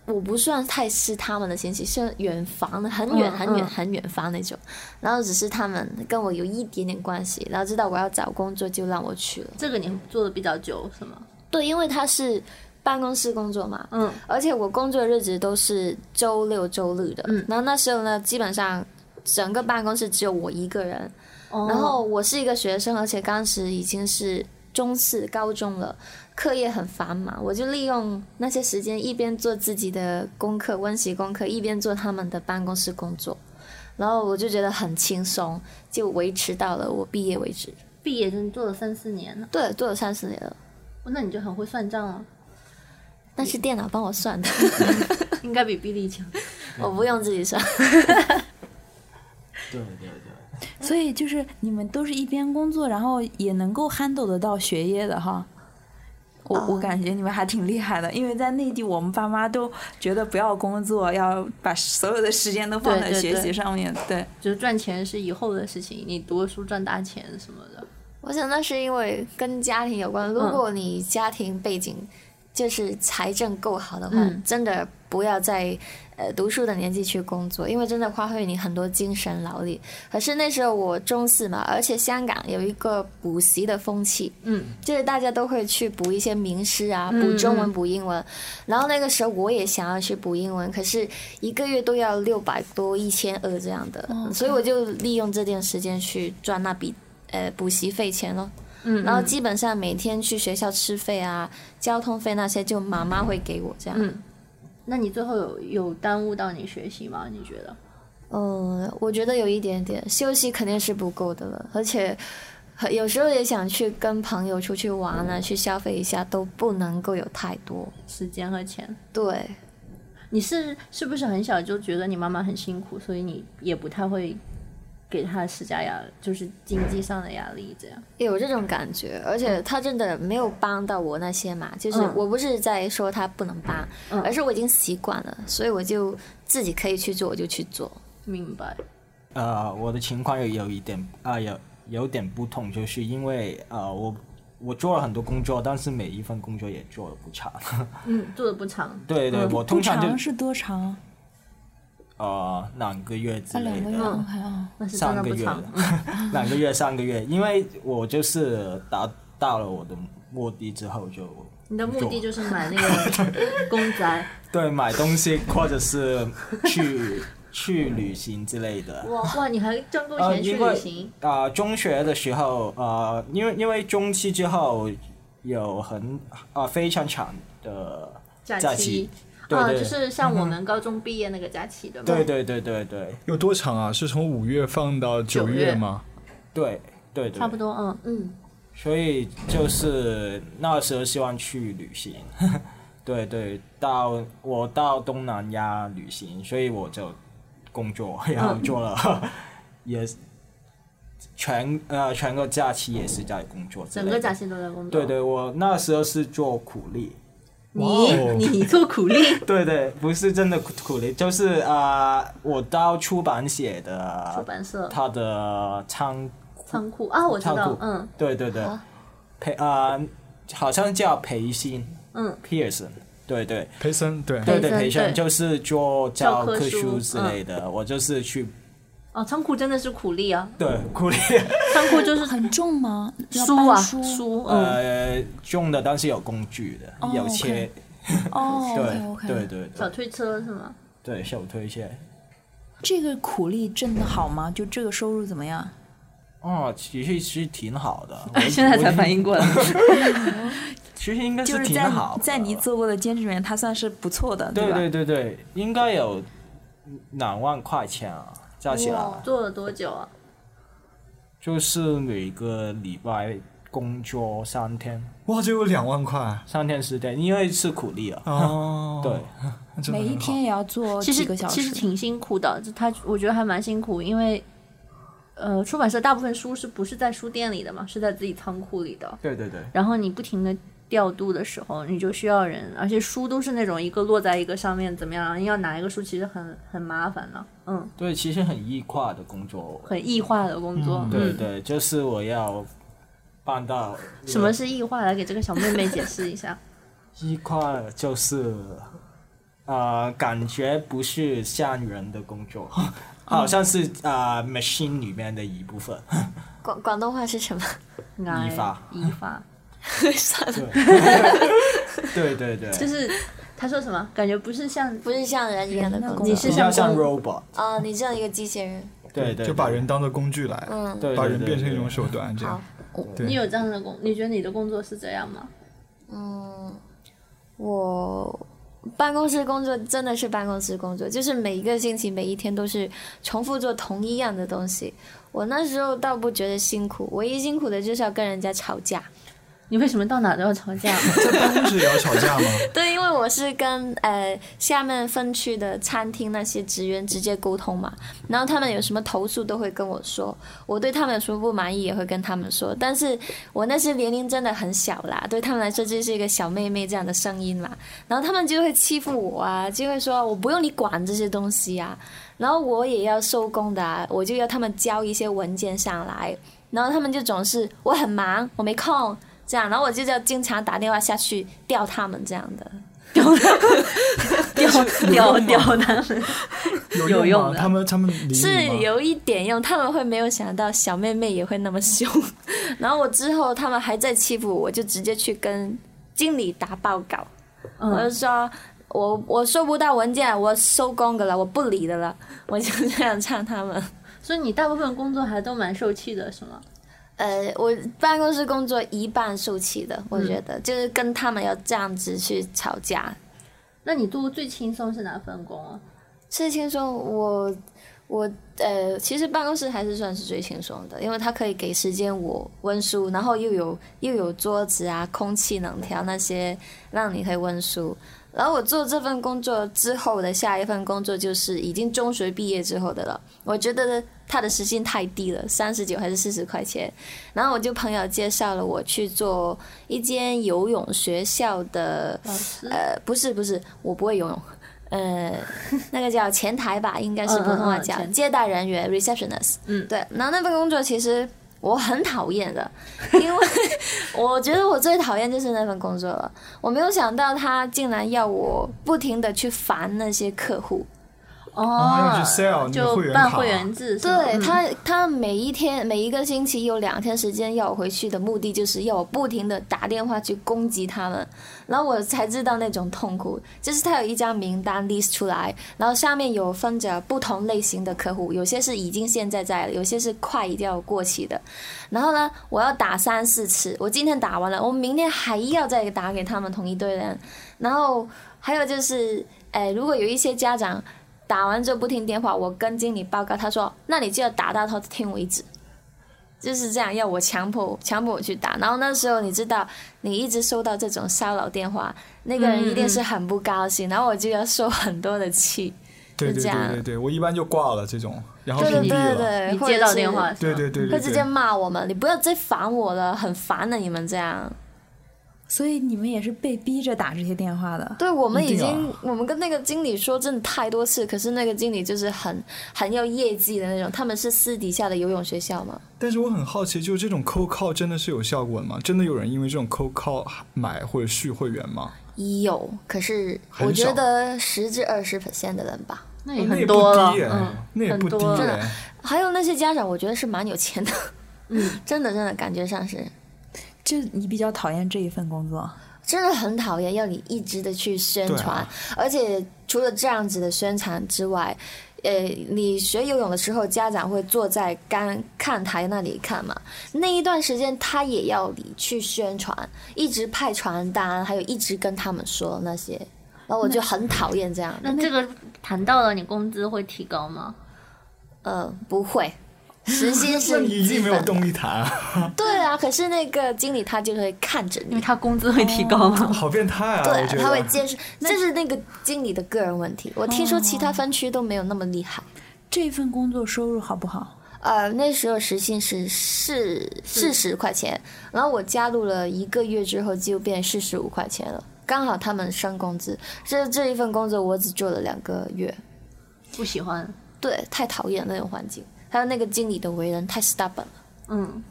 我不算太是他们的亲戚，是远房的，很远
嗯
很远
嗯
很远房那种。然后只是他们跟我有一点点关系，然后知道我要找工作就让我去了。
这个你做的比较久是吗？
对，因为他是办公室工作嘛，
嗯，
而且我工作日子都是周六周日的。
嗯
然后那时候呢，基本上整个办公室只有我一个人，
哦
然后我是一个学生，而且当时已经是中四高中了，课业很繁忙，我就利用那些时间一边做自己的功课、温习功课，一边做他们的办公室工作，然后我就觉得很轻松，就维持到了我毕业为止。
毕业就做了三四年了，
对，做了三四年了，
那你就很会算账了，
那是电脑帮我算的， (laughs)
应该比比利强。
我不用自己算。
对对对，
所以就是你们都是一边工作，然后也能够 handle 得到学业的哈。我我感觉你们还挺厉害的，因为在内地，我们爸妈都觉得不要工作，要把所有的时间都放
对
在
对
学
对
习上面。对
就是赚钱是以后的事情，你读书赚大钱什么的。
我想那是因为跟家庭有关。如果你家庭背景就是财政够好的话，
嗯
真的不要在呃读书的年纪去工作，因为真的花费你很多精神劳力。可是那时候我中四嘛，而且香港有一个补习的风气，
嗯，
就是大家都会去补一些名师啊，
嗯
补中文、补英文。然后那个时候我也想要去补英文，可是一个月都要六百多、一千二这样的，
哦
所以我就利用这段时间去赚那笔呃补习费钱咯。
嗯
然后基本上每天去学校吃费啊、交通费那些，就妈妈会给我这样。
嗯那你最后有有耽误到你学习吗？你觉得？
嗯，我觉得有一点点休息肯定是不够的了，而且很有时候也想去跟朋友出去玩啊，去消费一下，都不能够有太多。
时间和钱，
对，
你是是不是很小就觉得你妈妈很辛苦，所以你也不太会给她施加压，就是经济上的压力这样？
有这种感觉，而且他真的没有帮到我那些嘛，就是
嗯
我不是在说他不能帮，
嗯
而是我已经习惯了，所以我就自己可以去做，我就去做。
明白。
呃，我的情况有有一点啊、有有点不同，就是因为呃，我我做了很多工作，但是每一份工作也做的不差。 (laughs)
嗯，做的不长。
对对，我
嗯不
通常就
长是多长？
呃两个月之
啊，
类
嗯
两个月。
的，
OK 啊，
那是真的
上个
不
月
长
了，
(laughs)
(laughs) 两个月上个月，因为我就是达到了我的目的之后就
你的目
做
的就是买
(laughs)
那个公仔，
对买东西或者是去去旅行之类的。
(laughs) 哇哇！你还赚够
呃
钱去
因
旅
为
行，
啊、中学的时候，呃，因为因为中期之后有很啊、非常长的
假
假
期
期，对
啊，
对嗯
就是像我们高中毕业那个假期，对吧？
对对对对对
有多长啊？是从五月放到九
九月
月吗？
对对对，
差不。多，嗯
嗯，
所以就是那时候希望去旅行， (laughs) 对对，到我到东南亚旅行，所以我就工作，然后做了、
嗯
(laughs) 也是全呃全个假期也是在工作之
整
类的，
个假期都在工作。
对，对，我那时候是做苦力，
你
哇哦
(laughs) 你做苦力，
对对，不是真的苦苦力，就是啊、呃我到出版写的
出版社
他的仓
仓库啊，我知
仓
道
库，
嗯
对对对，培啊、好像叫培新
嗯，
Pearson，对对
培森对，
对
培
对，
森
培
对
生就是做教
科
科
书
书之类的，我就是去
哦，仓库真的是苦力啊，
对苦力，
仓库
(laughs)
就是
很重吗？要
书
搬
啊
书
书，嗯，
呃，用的但是有工具的，
哦
有
OK
切，
哦
对
，OK OK，
对对
小
对
推车是吗？
对手推切。
这个苦力挣的好吗？就这个收入怎么样？
哦，其实是挺好的，我
(laughs) 现在才
我
反应过来，
其实应该
就是
挺
在
好的
在你做过的兼职里面，它算是不错的，
对
吧？
对对对，应该有两万块钱啊，加起来
做了多久啊？
就是每个礼拜工作三天，
哇，这有两万块
三天十天，因为是苦力啊。
哦，
(laughs) 对，
那真的
每
很
一
好
天也要做
其
几
实
个小
其实
时，
挺辛苦的，就他我觉得还蛮辛苦，因为呃，出版社大部分书是不是在书店里的嘛，是在自己仓库里的，
对对对，
然后你不停的调度的时候，你就需要人，而且书都是那种一个落在一个上面怎么样，然后要拿一个书其实很很麻烦了，嗯，
对，其实很易跨的工作。
很异化的工作，嗯。
对对，就是我要办到
什么是异化？来给这个小妹妹解释
(laughs)
一下。
易跨，就是呃，感觉不是像人的工
(laughs)
作，好像是
哦
啊、呃 machine 里面的一部
(laughs)
分。
广广东话是什么？ (laughs)
异
化，
异化，
算了，
对对对，
就是他说什么？感觉不是像
不是像人一样的
人的
工作
工
你
比
是
较像
工
robot。
啊，你这样一个机器人，
对对，
就把人当做工具来，
嗯，
对对
把
对
人变成一
对
种手段，这样 (laughs)
好。
对
你有这样的工？你觉得你的工作是这样吗？
嗯我办公室工作真的是办公室工作，就是每一个星期、每一天都是重复做同一样的东西。我那时候倒不觉得辛苦，唯一辛苦的就是要跟人家吵架。
你为什么到哪都要吵架？ (laughs)
在办公室也要吵架吗？
(laughs) 对，因为我是跟呃下面分区的餐厅那些职员直接沟通嘛，然后他们有什么投诉都会跟我说，我对他们有什么不满意也会跟他们说。但是我那时年龄真的很小啦， (laughs) 对他们来说就是一个小妹妹这样的声音嘛，然后他们就会欺负我啊，就会说我不用你管这些东西啊，然后我也要收工的、啊，我就要他们交一些文件上来，然后他们就总是我很忙，我没空。这样，然后我就要经常打电话下去吊他们这样的。
屌
(laughs)
屌屌
(laughs)
他们，有
用吗
用的
他们他们理你
是
吗
有一点用，他们会没有想到小妹妹也会那么凶。 (laughs) 然后我之后他们还在欺负我，我就直接去跟经理打报告，我就
嗯，
说。我我收不到文件，我收工的了，我不理的了，我就这样唱他们。
所以你大部分工作还都蛮受气的，是吗？
呃，我办公室工作一半受气的，我觉得、就是跟他们要这样子去吵架，
那你做过最轻松是哪份工啊？
最轻松，我我呃，其实办公室还是算是最轻松的，因为它可以给时间我温书，然后又有又有桌子啊、空气能调那些，让你可以温书。然后我做这份工作之后的下一份工作就是已经中学毕业之后的了，我觉得他的时薪太低了，三十九还是四十块钱。然后我就朋友介绍了我去做一间游泳学校的
老师，
呃，不是不是，我不会游泳。 (laughs) 呃，那个叫前台吧，应该是
嗯嗯
普通话
嗯
讲，
前
接待人员 （receptionist）。
嗯
对。然后那份工作其实我很讨厌
(laughs)
的，因为 (laughs) 我觉得我最讨厌就是那份工作了。我没有想到他竟然要我不停的去烦那些客户，
啊
哦
要去 sell 那个
就
会员
办
卡
会员制是吗，
对
嗯
他，他每一天每一个星期有两天时间要我回去的目的，就是要我不停的打电话去攻击他们，然后我才知道那种痛苦。就是他有一张名单 list 出来，然后上面有分着不同类型的客户，有些是已经现在在了，有些是快一定要过期的。然后呢，我要打三四次，我今天打完了，我明天还要再打给他们同一堆人。然后还有就是，哎，如果有一些家长打完之后不听电话，我跟经理报告，他说那你就要打到他听为止，就是这样，要我强迫强迫我去打。然后那时候你知道，你一直收到这种骚扰电话，那个人一定是很不高兴，然后我就要受很多的气。
对对
这样
对对对，我一般就挂了这种，然后
对
屏
对
蔽
对
了。
对，
你
或
接
者
到
是
电话，
对对对
会
对
直接
对，
骂我们，你不要再烦我了，很烦啊的，你们这样。
所以你们也是被逼着打这些电话的。
对我们
一定
已
啊
经，我们跟那个经理说真的太多次，可是那个经理就是很很有业绩的那种。他们是私底下的游泳学校嘛，
但是我很好奇，就是这种 cold call 真的是有效果的吗？真的有人因为这种 cold call 买或者续会员吗？
有，可是
很
我
少
觉得十至二十 percent 的人吧。
那
那
也
也
很
不
多了
低耶，
嗯，
那也
很
不低
多了
耶。
还有那些家长，我觉得是蛮有钱的，
嗯，
(laughs) 真的真的感觉上是，
就你比较讨厌这一份工作，
真的很讨厌要你一直的去宣
对啊
传，而且除了这样子的宣传之外，呃，你学游泳的时候，家长会坐在干看台那里看嘛，那一段时间他也要你去宣传，一直派传单，还有一直跟他们说那些，然后我就很讨厌这样的
那，这个谈到了，你工资会提高吗？
呃，不
(laughs)
会。时薪
那
是
你一
基
定没
本
有
的
动力谈啊，
对啊，可是那个经理他就会看着
因
你
为，他工资会提高
(laughs)
吗？
好变态啊！我觉
对，
得
他会监视，这 (laughs) 是那哦个经理的个人问题。我听说其他分区都没有那么厉害。
这份工作收入好不好？
呃，那时候时薪是四四十块钱，然后我加入了一个月之后就变四十五块钱了，刚好他们升工资。这这一份工作我只做了两个月，
不喜欢，
对，太讨厌那种环境，还有那个经理的为人太 stubborn 了。
嗯，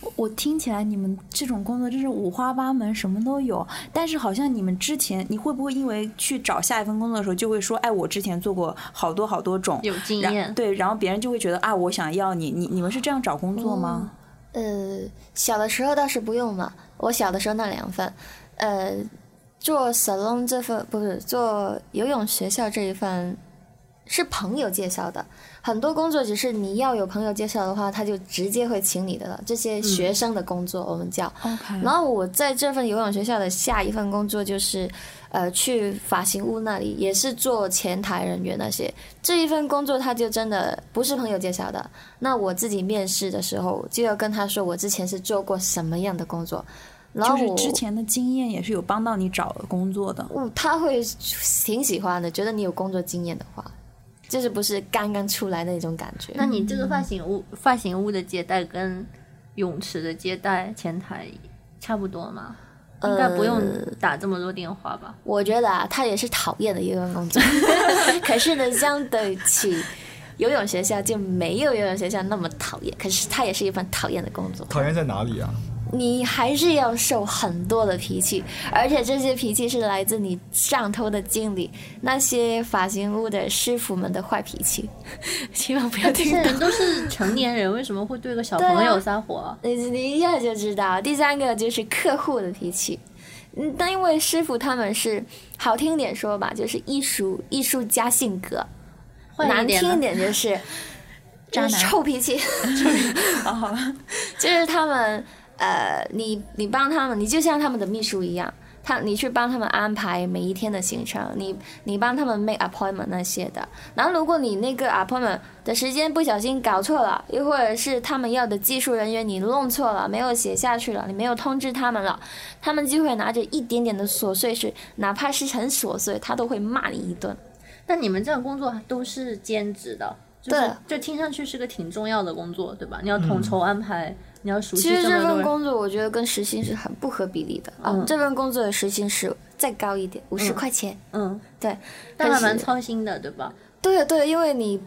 我我听起来你们这种工作真是五花八门，什么都有。但是好像你们之前，你会不会因为去找下一份工作的时候，就会说，哎，我之前做过好多好多种
有经
然
验，
对，然后别人就会觉得啊，我想要你，你你们是这样找工作吗？
呃，小的时候倒是不用嘛，我小的时候那两份，呃，做 salon 这份不是做游泳学校这一份是朋友介绍的，很多工作只是你要有朋友介绍的话，他就直接会请你的了。这些学生的工作我们叫。
OK，
然后我在这份游泳学校的下一份工作就是，呃，去发型屋那里，也是做前台人员那些。这一份工作他就真的不是朋友介绍的。那我自己面试的时候就要跟他说我之前是做过什么样的工作，然后
就
我
是之前的经验也是有帮到你找工作的。
嗯，他会挺喜欢的，觉得你有工作经验的话，就是不是刚刚出来的那种感觉。
那你这个发型屋、发型屋的接待跟泳池的接待前台差不多吗？应该不用打这么多电话吧？
我觉得啊，他也是讨厌的一份工 (laughs) 作，可是呢，相对起游泳学校就没有游泳学校那么讨厌，可是他也是一份讨厌的工作，
讨厌在哪里啊？
你还是要受很多的脾气，而且这些脾气是来自你上头的经理、那些发型屋的师傅们的坏脾 (laughs) 气，千万不要
这
听 (laughs)
些
到
人。都是成年人，为什么会对个小
对啊
朋友撒谎？
你你一下就知道。第三个就是客户的脾气，嗯，但因为师傅他们是好听点说吧，就是艺术艺术家性格，
坏一
难
点呢
听点就是
(laughs) 渣
就是
男
臭脾
(laughs)
气，
啊，好吧，
就是他们呃，你你帮他们，你就像他们的秘书一样。他，你去帮他们安排每一天的行程，你你帮他们 make appointment 那些的。然后，如果你那个 appointment 的时间不小心搞错了，又或者是他们要的技术人员你弄错了，没有写下去了，你没有通知他们了，他们就会拿着一点点的琐碎事，哪怕是很琐碎，他都会骂你一顿。
但你们这样工作都是兼职的，就是就听上去是个挺重要的工作，对吧？你要统筹安排，你要熟悉
其实
嗯这
这
么多
份
人。
工作我觉得跟时薪是很不合比例的啊、
嗯
这份工作的时薪是再高一点，五十块钱。
嗯，
对，
但还
是
蛮操心的，对吧？
对啊对，因为你，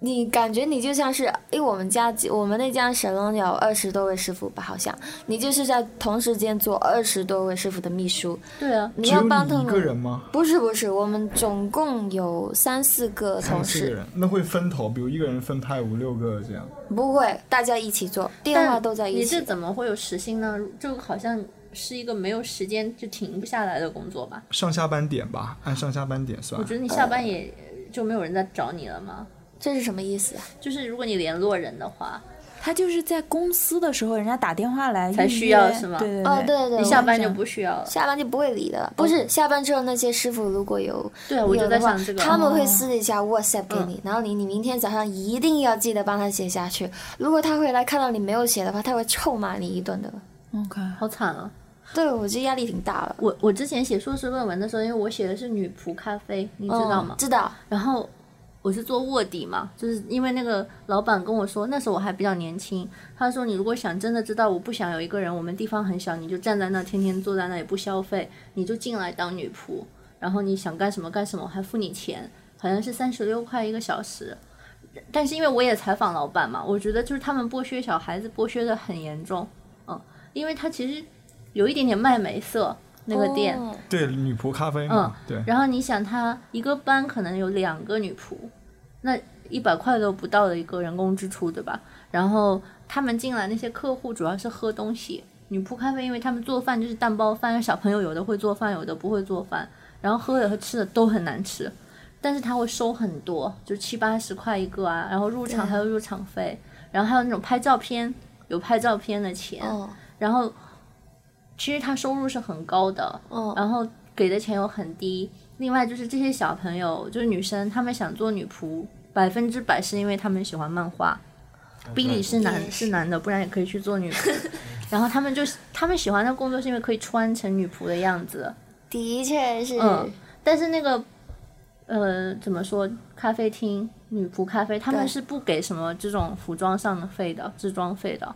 你感觉你就像是，因为我们家几我们那家神龙有二十多位师傅吧，好像你就是在同时间做二十多位师傅的秘书，
对啊，
你
只
要
有
帮他
你一个
们。
人吗？
不是不是，我们总共有三四个同
三四个
事，
人，那会分头，比如一个人分派五六个这样。
不会，大家一起做，电话
但
都在一
你这
起。
怎么会有时薪呢？就好像是一个没有时间就停不下来的工作吧？
上下班点吧，按上下班点算
我。觉得你下班也就没有人再找你了吗？
这是什么意思啊？
就是如果你联络人的话，
他就是在公司的时候，人家打电话来
才
预
需
约
要是吗
对对对，
哦，对对，
你
我
下
们
班
这
就
样
不需要了。
下班就不会理的了。不是，下班之后那些师傅如果有
哦对啊，我就
有
在
的话
想这个。嗯
他们会
哦
私底下 WhatsApp 给你，然后你你明天早上一定要记得帮他写下去。如果他回来看到你没有写的话，他会臭骂你一顿的。
OK，
好惨啊！
对我这压力挺大的，
我我之前写硕士论文的时候，因为我写的是女仆咖啡，
你
你知道吗？
哦知道，
然后我是做卧底嘛，就是因为那个老板跟我说，那时候我还比较年轻，他说你如果想真的知道我不想有一个人，我们地方很小，你就站在那天天坐在那也不消费，你就进来当女仆，然后你想干什么干什么，我还付你钱，好像是三十六块一个小时。但是因为我也采访老板嘛，我觉得就是他们剥削小孩子剥削的很严重，嗯，因为他其实有一点点卖美色那个店，
哦
对，女仆咖啡嘛，对，
然后你想，他一个班可能有两个女仆，那一百块都不到的一个人工支出，对吧？然后他们进来那些客户主要是喝东西，女仆咖啡，因为他们做饭就是蛋包饭，小朋友有的会做饭，有的不会做饭，然后喝的和吃的都很难吃，但是他会收很多，就七八十块一个啊，然后入场还有入场费，然后还有那种拍照片有拍照片的钱，
哦
然后其实他收入是很高的，
哦
然后给的钱又很低。另外就是这些小朋友，就是女生，她们想做女仆，百分之百是因为她们喜欢漫画。
哦
比
啊
利是男
也是
是男的，不然也可以去做女仆。
(laughs)
然后他们就是他们喜欢的工作是因为可以穿成女仆的样子。
的确是，
嗯但是那个，呃，怎么说？咖啡厅女仆咖啡，他们
对
是不给什么这种服装上的费的，制装费的。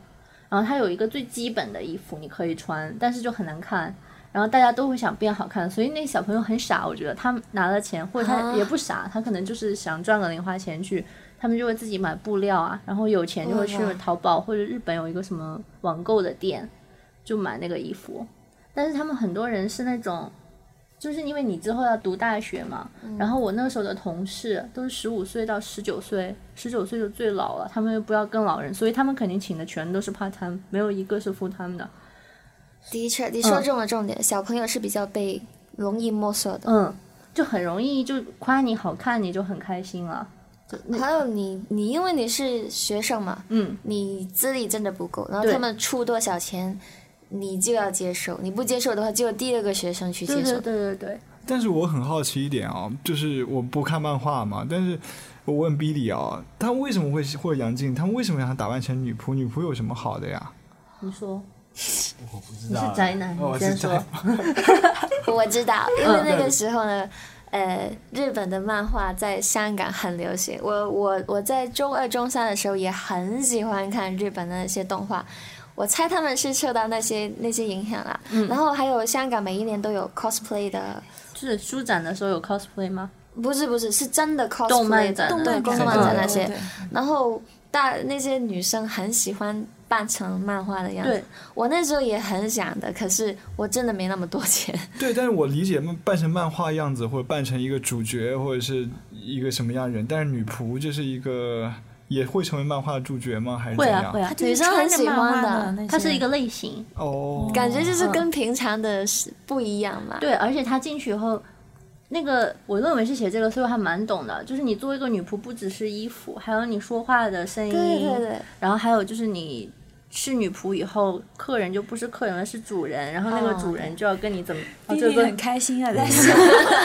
然后它有一个最基本的衣服你可以穿，但是就很难看。然后大家都会想变好看，所以那小朋友很傻，我觉得他拿了钱，或者他
啊
也不傻，他可能就是想赚个零花钱去，他们就会自己买布料啊，然后有钱就会去
哇
淘宝或者日本有一个什么网购的店，就买那个衣服。但是他们很多人是那种，就是因为你之后要读大学嘛，然后我那时候的同事都是十五岁到十九岁，十九岁就最老了，他们又不要跟老人，所以他们肯定请的全都是 part time，没有一个是 full time 的。
的确，
嗯
你说中了重点，小朋友是比较被容易摸索的。
嗯，就很容易就夸你好看，你就很开心了。
还有你，你因为你是学生嘛，
嗯，
你资历真的不够，然后
对
他们出多少钱，你就要接受，你不接受的话，就有第二个学生去接
对对
受。
对对对，
但是我很好奇一点啊，就是我不看漫画嘛，但是我问 Billy 啊，他为什么会或者杨静，他为什么让他打扮成女仆？女仆有什么好的呀？
你说
我不知
你
道
是宅男，
我
你先
是宅
说 (laughs)
男。
我知道，
嗯
因为那个时候呢，呃，日本的漫画在香港很流行。我我我在中二、中三的时候也很喜欢看日本的那些动画。我猜他们是受到那些那些影响啦，
嗯
然后还有香港每一年都有 cosplay 的，
就是书展的时候有 cosplay 吗？
不是不是是真的 cosplay
动漫展
对
那
动
种
漫
对
展
对
那些
对，
然后大那些女生很喜欢扮成漫画的样子
对，
我那时候也很想的，可是我真的没那么多
(laughs)
钱。
对，但是我理解扮成漫画样子，或者扮成一个主角，或者是一个什么样的人，但是女仆这是一个也会成为漫画的主角吗？还是怎
会
样？
啊会啊，
女生很喜欢的
那些
它是一个类型。
哦，
感觉就是跟平常的是不一样嘛。
嗯对，而且他进去以后，那个我论文是写这个，所以我还蛮懂的。就是你作为一个女仆，不只是衣服，还有你说话的声音，
对对对，
然后还有就是你是女仆以后，客人就不是客人了，是主人，然后那个
哦
主人就要跟你怎么，哦
弟
这
弟
个
很开心啊，在
(laughs)
(laughs) 想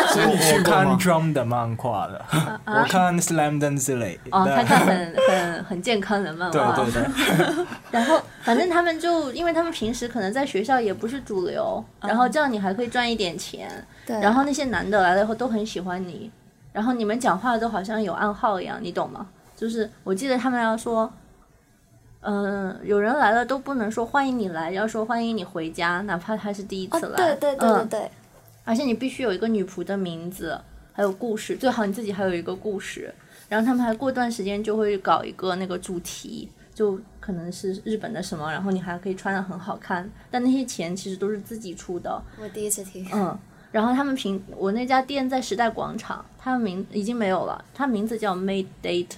所以你
去过
看
哦吗
Drum 的漫画了，我看 Slam Dunk 之类的。
啊哦，他看很哦很很健康的
(laughs)
漫
对
画，
对对，
然后反正他们就因为他们平时可能在学校也不是主流，然后这样你还可以赚一点钱，
对
然后那些男的来了以后都很喜欢你，然后你们讲话都好像有暗号一样，你懂吗？就是我记得他们要说，嗯、有人来了都不能说欢迎你来，要说欢迎你回家，哪怕他是第一
哦，
次来。
对对对对
嗯
对，
而且你必须有一个女仆的名字，还有故事，最好你自己还有一个故事。然后他们还过段时间就会搞一个那个主题，就可能是日本的什么，然后你还可以穿的很好看。但那些钱其实都是自己出的，
我第一次听。
嗯。然后他们平我那家店在时代广场，它名已经没有了，它名字叫 Made Date，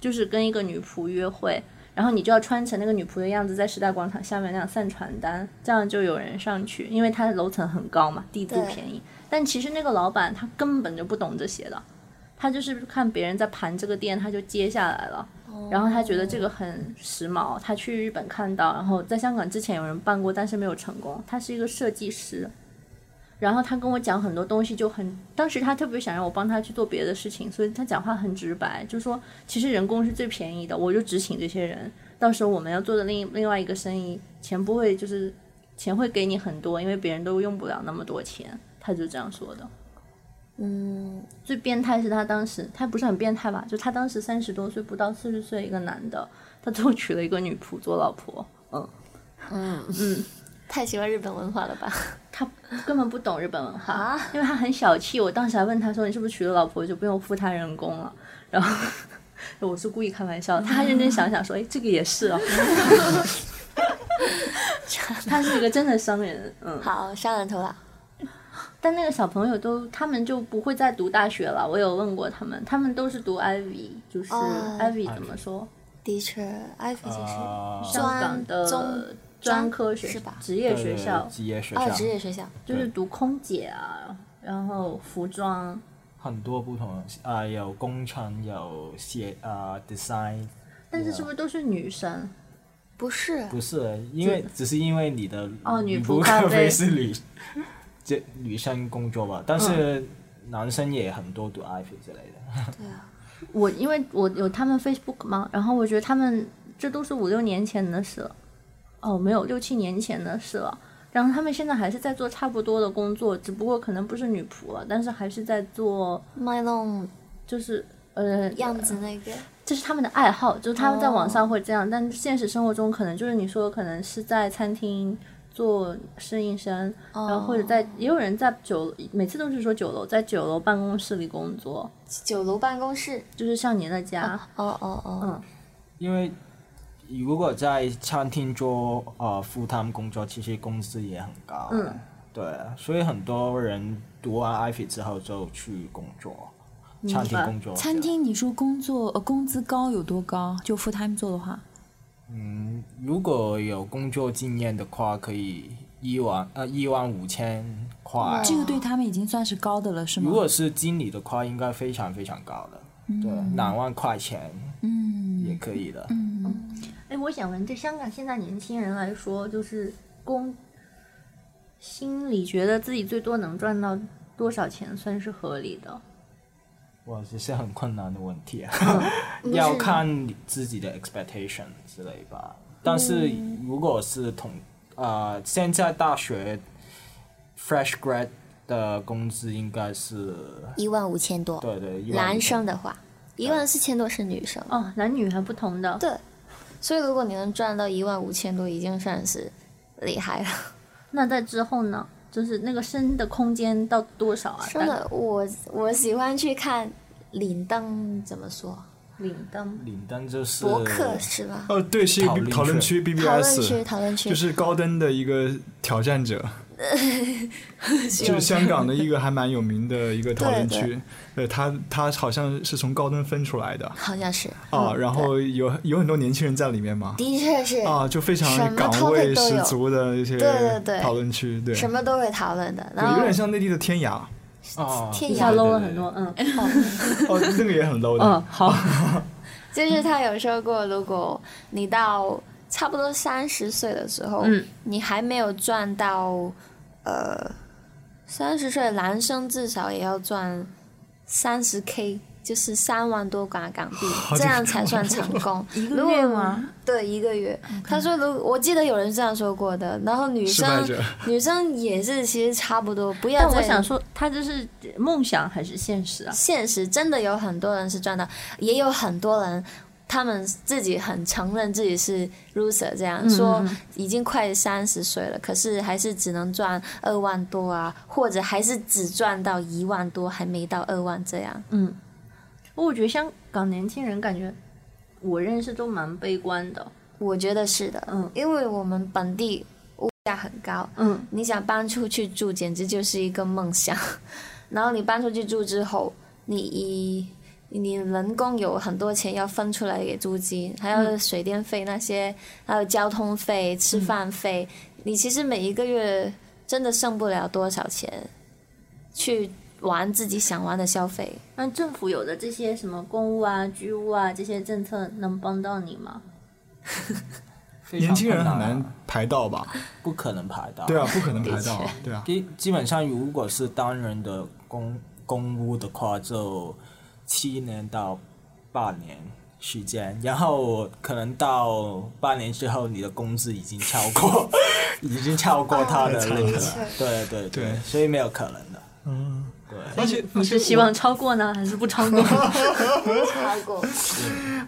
就是跟一个女仆约会，然后你就要穿成那个女仆的样子，在时代广场下面那样散传单，这样就有人上去，因为它楼层很高嘛，地租
对
便宜。但其实那个老板他根本就不懂这些的，他就是看别人在盘这个店，他就接下来了。嗯然后他觉得这个很时髦，他去日本看到，然后在香港之前有人办过，但是没有成功。他是一个设计师，然后他跟我讲很多东西就很，当时他特别想让我帮他去做别的事情，所以他讲话很直白，就说其实人工是最便宜的，我就只请这些人，到时候我们要做的另另外一个生意，钱不会就是钱会给你很多，因为别人都用不了那么多钱，他就这样说的。嗯，最变态是他当时，他不是很变态吧？就他当时三十多岁，不到四十岁，一个男的，他最后娶了一个女仆做老婆。嗯，
太喜欢日本文化了吧？ (laughs)
他根本不懂日本文化，因为他很小气。我当时还问他说：“你是不是娶了老婆就不用付他人工了？”然后 (laughs) 我是故意开玩笑，他还认真想想说：“哎，这个也是哦。” (laughs) 他是一个真的商人，嗯。
好，上人头了。
但那个小朋友都，他们就不会再读大学了。我有问过他们，他们都是读 Ivy，就是
哦
Ivy 怎么说？
的确，艾弗就是
啊，
专
香港
中
的专科学
是吧
职业 (laughs) 学
对
校
对对职呃业学
哦，
校，
职业学校。
就是读空姐啊，然后服装，
很多不同的，啊、有工程，有写啊、design，
但是是不是都是女生？
不是，
不是因为只是因为你的
哦女仆
仆
咖
咖
啡
是女， (laughs) 这女生工作吧，但是
嗯
男生也很多读 IP 之类的，
我因为我有他们 Facebook 嘛，然后我觉得他们这都是五六年前的事了，哦，没有六七年前的事了。然后他们现在还是在做差不多的工作，只不过可能不是女仆了，但是还是在做，
卖弄
就是呃，
样子那个，
这是他们的爱好，就是他们在
哦
网上会这样，但现实生活中可能就是你说，可能是在餐厅做侍应生，然后或者
哦
在也有人在酒，每次都是说酒楼，在酒楼办公室里工作，
酒楼办公室。
就是像您的家，
哦哦
嗯
哦，
因为如果在餐厅做啊、呃 full time 工作，其实工资也很高，
嗯，
对，所以很多人读完 IP 之后就去工作，餐厅
白
工作，
餐厅，你说工作呃工资高有多高？就 full time 做的话，
嗯，如果有工作经验的话，可以一万呃一万五千块。
这个对他们已经算是高的了，是吗
如？果是经理的话，应该非常非常高的，对，两万块钱
嗯
也可以的。
哎，我想问，对香港现在年轻人来说，就是工，心里觉得自己最多能赚到多少钱算是合理的？
哇，这是很困难的问题啊，
嗯不是
(laughs) 要看你自己的 expectation 之类吧。但是
嗯
如果是同呃现在大学 fresh grad 的工资应该是
一万五千多。
对对，15,000
男生的话，一万四千多是女
嗯
生。
哦，男女还不同的，
对，所以如果你能赚到一万五千多，已经算是厉害了。
啊
那在之后呢？就是那个升的空间到多少啊？
真的，我我喜欢去看领灯，怎么说？
领灯，
领灯就是
博客是吧？
哦，对，是一个
讨论
讨论区
区
讨论区，
BBS，
讨论区，
就是高登的一个挑
(laughs)
战者，就是香港的一个还蛮有名的一个讨论
对
区，对他他好像是从高登分出来的
好像是，
啊，然后有有很多年轻人在里面嘛，
的确是、
啊，就非
什
常
么
岗
topic
位
都
十
有
足的一些
对对对
讨论区，对，
什么都会讨论的。然
对有
后
点像内地的天涯，
啊，
天
一
涯
下
对
low 了很多，。嗯，
哎 (laughs)
哦，那个也很 low
嗯
的，，
好，
就是他有说过，如果你到差不多三十岁的时候，
嗯
你还没有赚到，呃，三十岁男生至少也要赚三十 K，就是三万多港港币，这样才算成功。
一
如
个
果
月
啊
吗？
对，一个月。他说，如我记得有人这样说过的，然后女
失败
生
者。
女生也是，其实差不多，不要
但
再。
我想说，他这是梦想还是现实啊？
现实真的有很多人是赚到，也有很多人他们自己很承认自己是 loser，这样、说已经快三十岁了，可是还是只能赚二万多啊，或者还是只赚到一万多，还没到二万这样。
我觉得香港年轻人感觉，我认识都蛮悲观的，
我觉得是的，
嗯
因为我们本地物价很高，
嗯，
你想搬出去住，简直就是一个梦想。 (laughs) 然后你搬出去住之后，你一你人工有很多钱要分出来给租金，还有水电费那些，还有交通费、吃饭费，你其实每一个月真的剩不了多少钱去玩自己想玩的消费。
那政府有的这些什么公务啊、居屋啊这些政策能帮到你吗？
非常
年轻人很
困啊
难排到吧？
不可能排到。
对啊，，不可能排到，对啊。
基基本上如果是单人的公公屋的话，就七年到八年时间，然后可能到八年之后，你的工资已经超过， (laughs) 已经超过他的那个了。对对
对嗯
所以没有可能的。
而且
你是希望超过呢，还是不超过？
超过。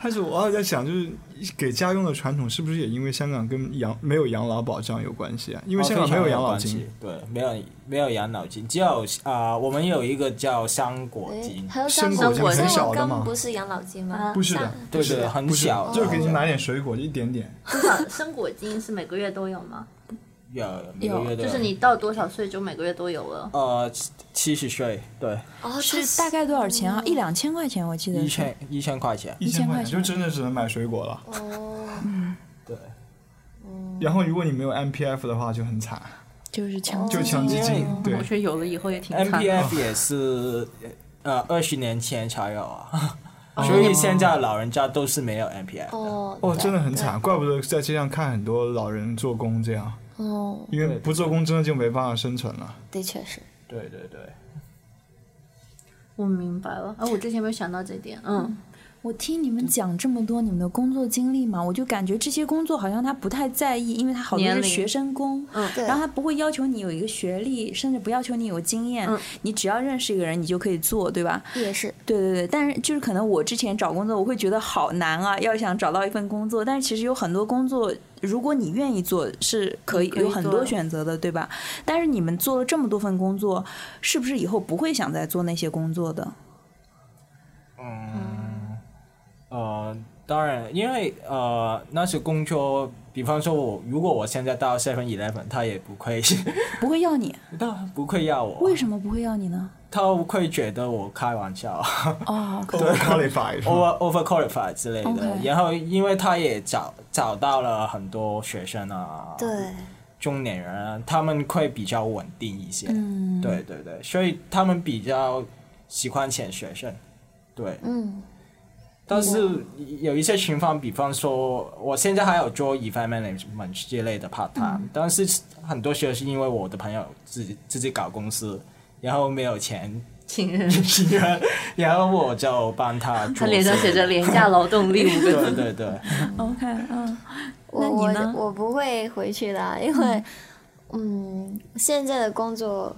但是我偶尔在想，就是给家用的传统是不是也因为香港跟养没有养老保障有关系啊？因为香港没有养老金，
哦哦，非常有关系对，没有没有养老金，只有啊、我们有一个叫香果金，
哎还有
生
上
活
金很
少的嘛
不是养老金
啊
吗？
不是的，
对对，很
不是的
小，
就是给你买点水果，就一点点。
多少生果金是每个月都有吗？
有每个月的，
就是你到多少岁就每个月都有了。
呃七十岁，对，
哦，
是
它
大概多少钱啊？一两千块钱，我记得
一
是。
千一千块钱，
一千块
块
钱就真的只能买水果了。
哦，
对，
然后如果你没有 M P F 的话，就很惨，
就是强
哦就强基金。对
我，觉得有了以后也
啊
挺惨
M
的。
P F 也是呃二十年前才有啊，
哦
所以现在老人家都是没有 M P F 的。
哦，
哦，
对
真的很惨，怪不得在街上看很多老人做工这样，
哦，
因为不做工真的就没办法生存了。
的确是。
对对对，
我明白了，哎、我之前没有想到这点。嗯，
我听你们讲这么多你们的工作经历嘛，我就感觉这些工作好像他不太在意，因为他好多
年
是
龄嗯
学生工，
对
然后他不会要求你有一个学历，甚至不要求你有经
嗯
验，你只要认识一个人，你就可以做，对吧？
也是，
对对对，但是就是可能我之前找工作，我会觉得好难啊，要想找到一份工作，但是其实有很多工作，如果你愿意做，是可以
可以
有很
做
多
的
选择的，对吧？但是你们做了这么多份工作，是不是以后不会想再做那些工作的？
呃，当然，因为呃那些工作，比方说我如果我现在到 Seven Eleven，他也不会， (laughs)
不会要你？
他不会要我，
为什么不会要你呢？
他会觉得我开玩
(laughs)
笑
哦，可
Over qualified，是吧
，over over qualify 之类的。
OK
然后，因为他也找找到了很多学生啊，
对，
中年人啊，他们会比较稳定一些。嗯，对对对，所以他们比较喜欢请学生。对，
嗯，
但是有一些情况，比方说，我现在还有做 event management 之类的 part time，、但
嗯
是很多时候是因为我的朋友自己自己搞公司，然后没有钱 (laughs)
情人，
请人，然后我就帮他做。
他脸上写着“廉价劳动力”五个
(laughs) 对
字。
对对，
OK，嗯，
我
那你呢
我我不会回去的，啊 (laughs) 因为嗯，现在的工作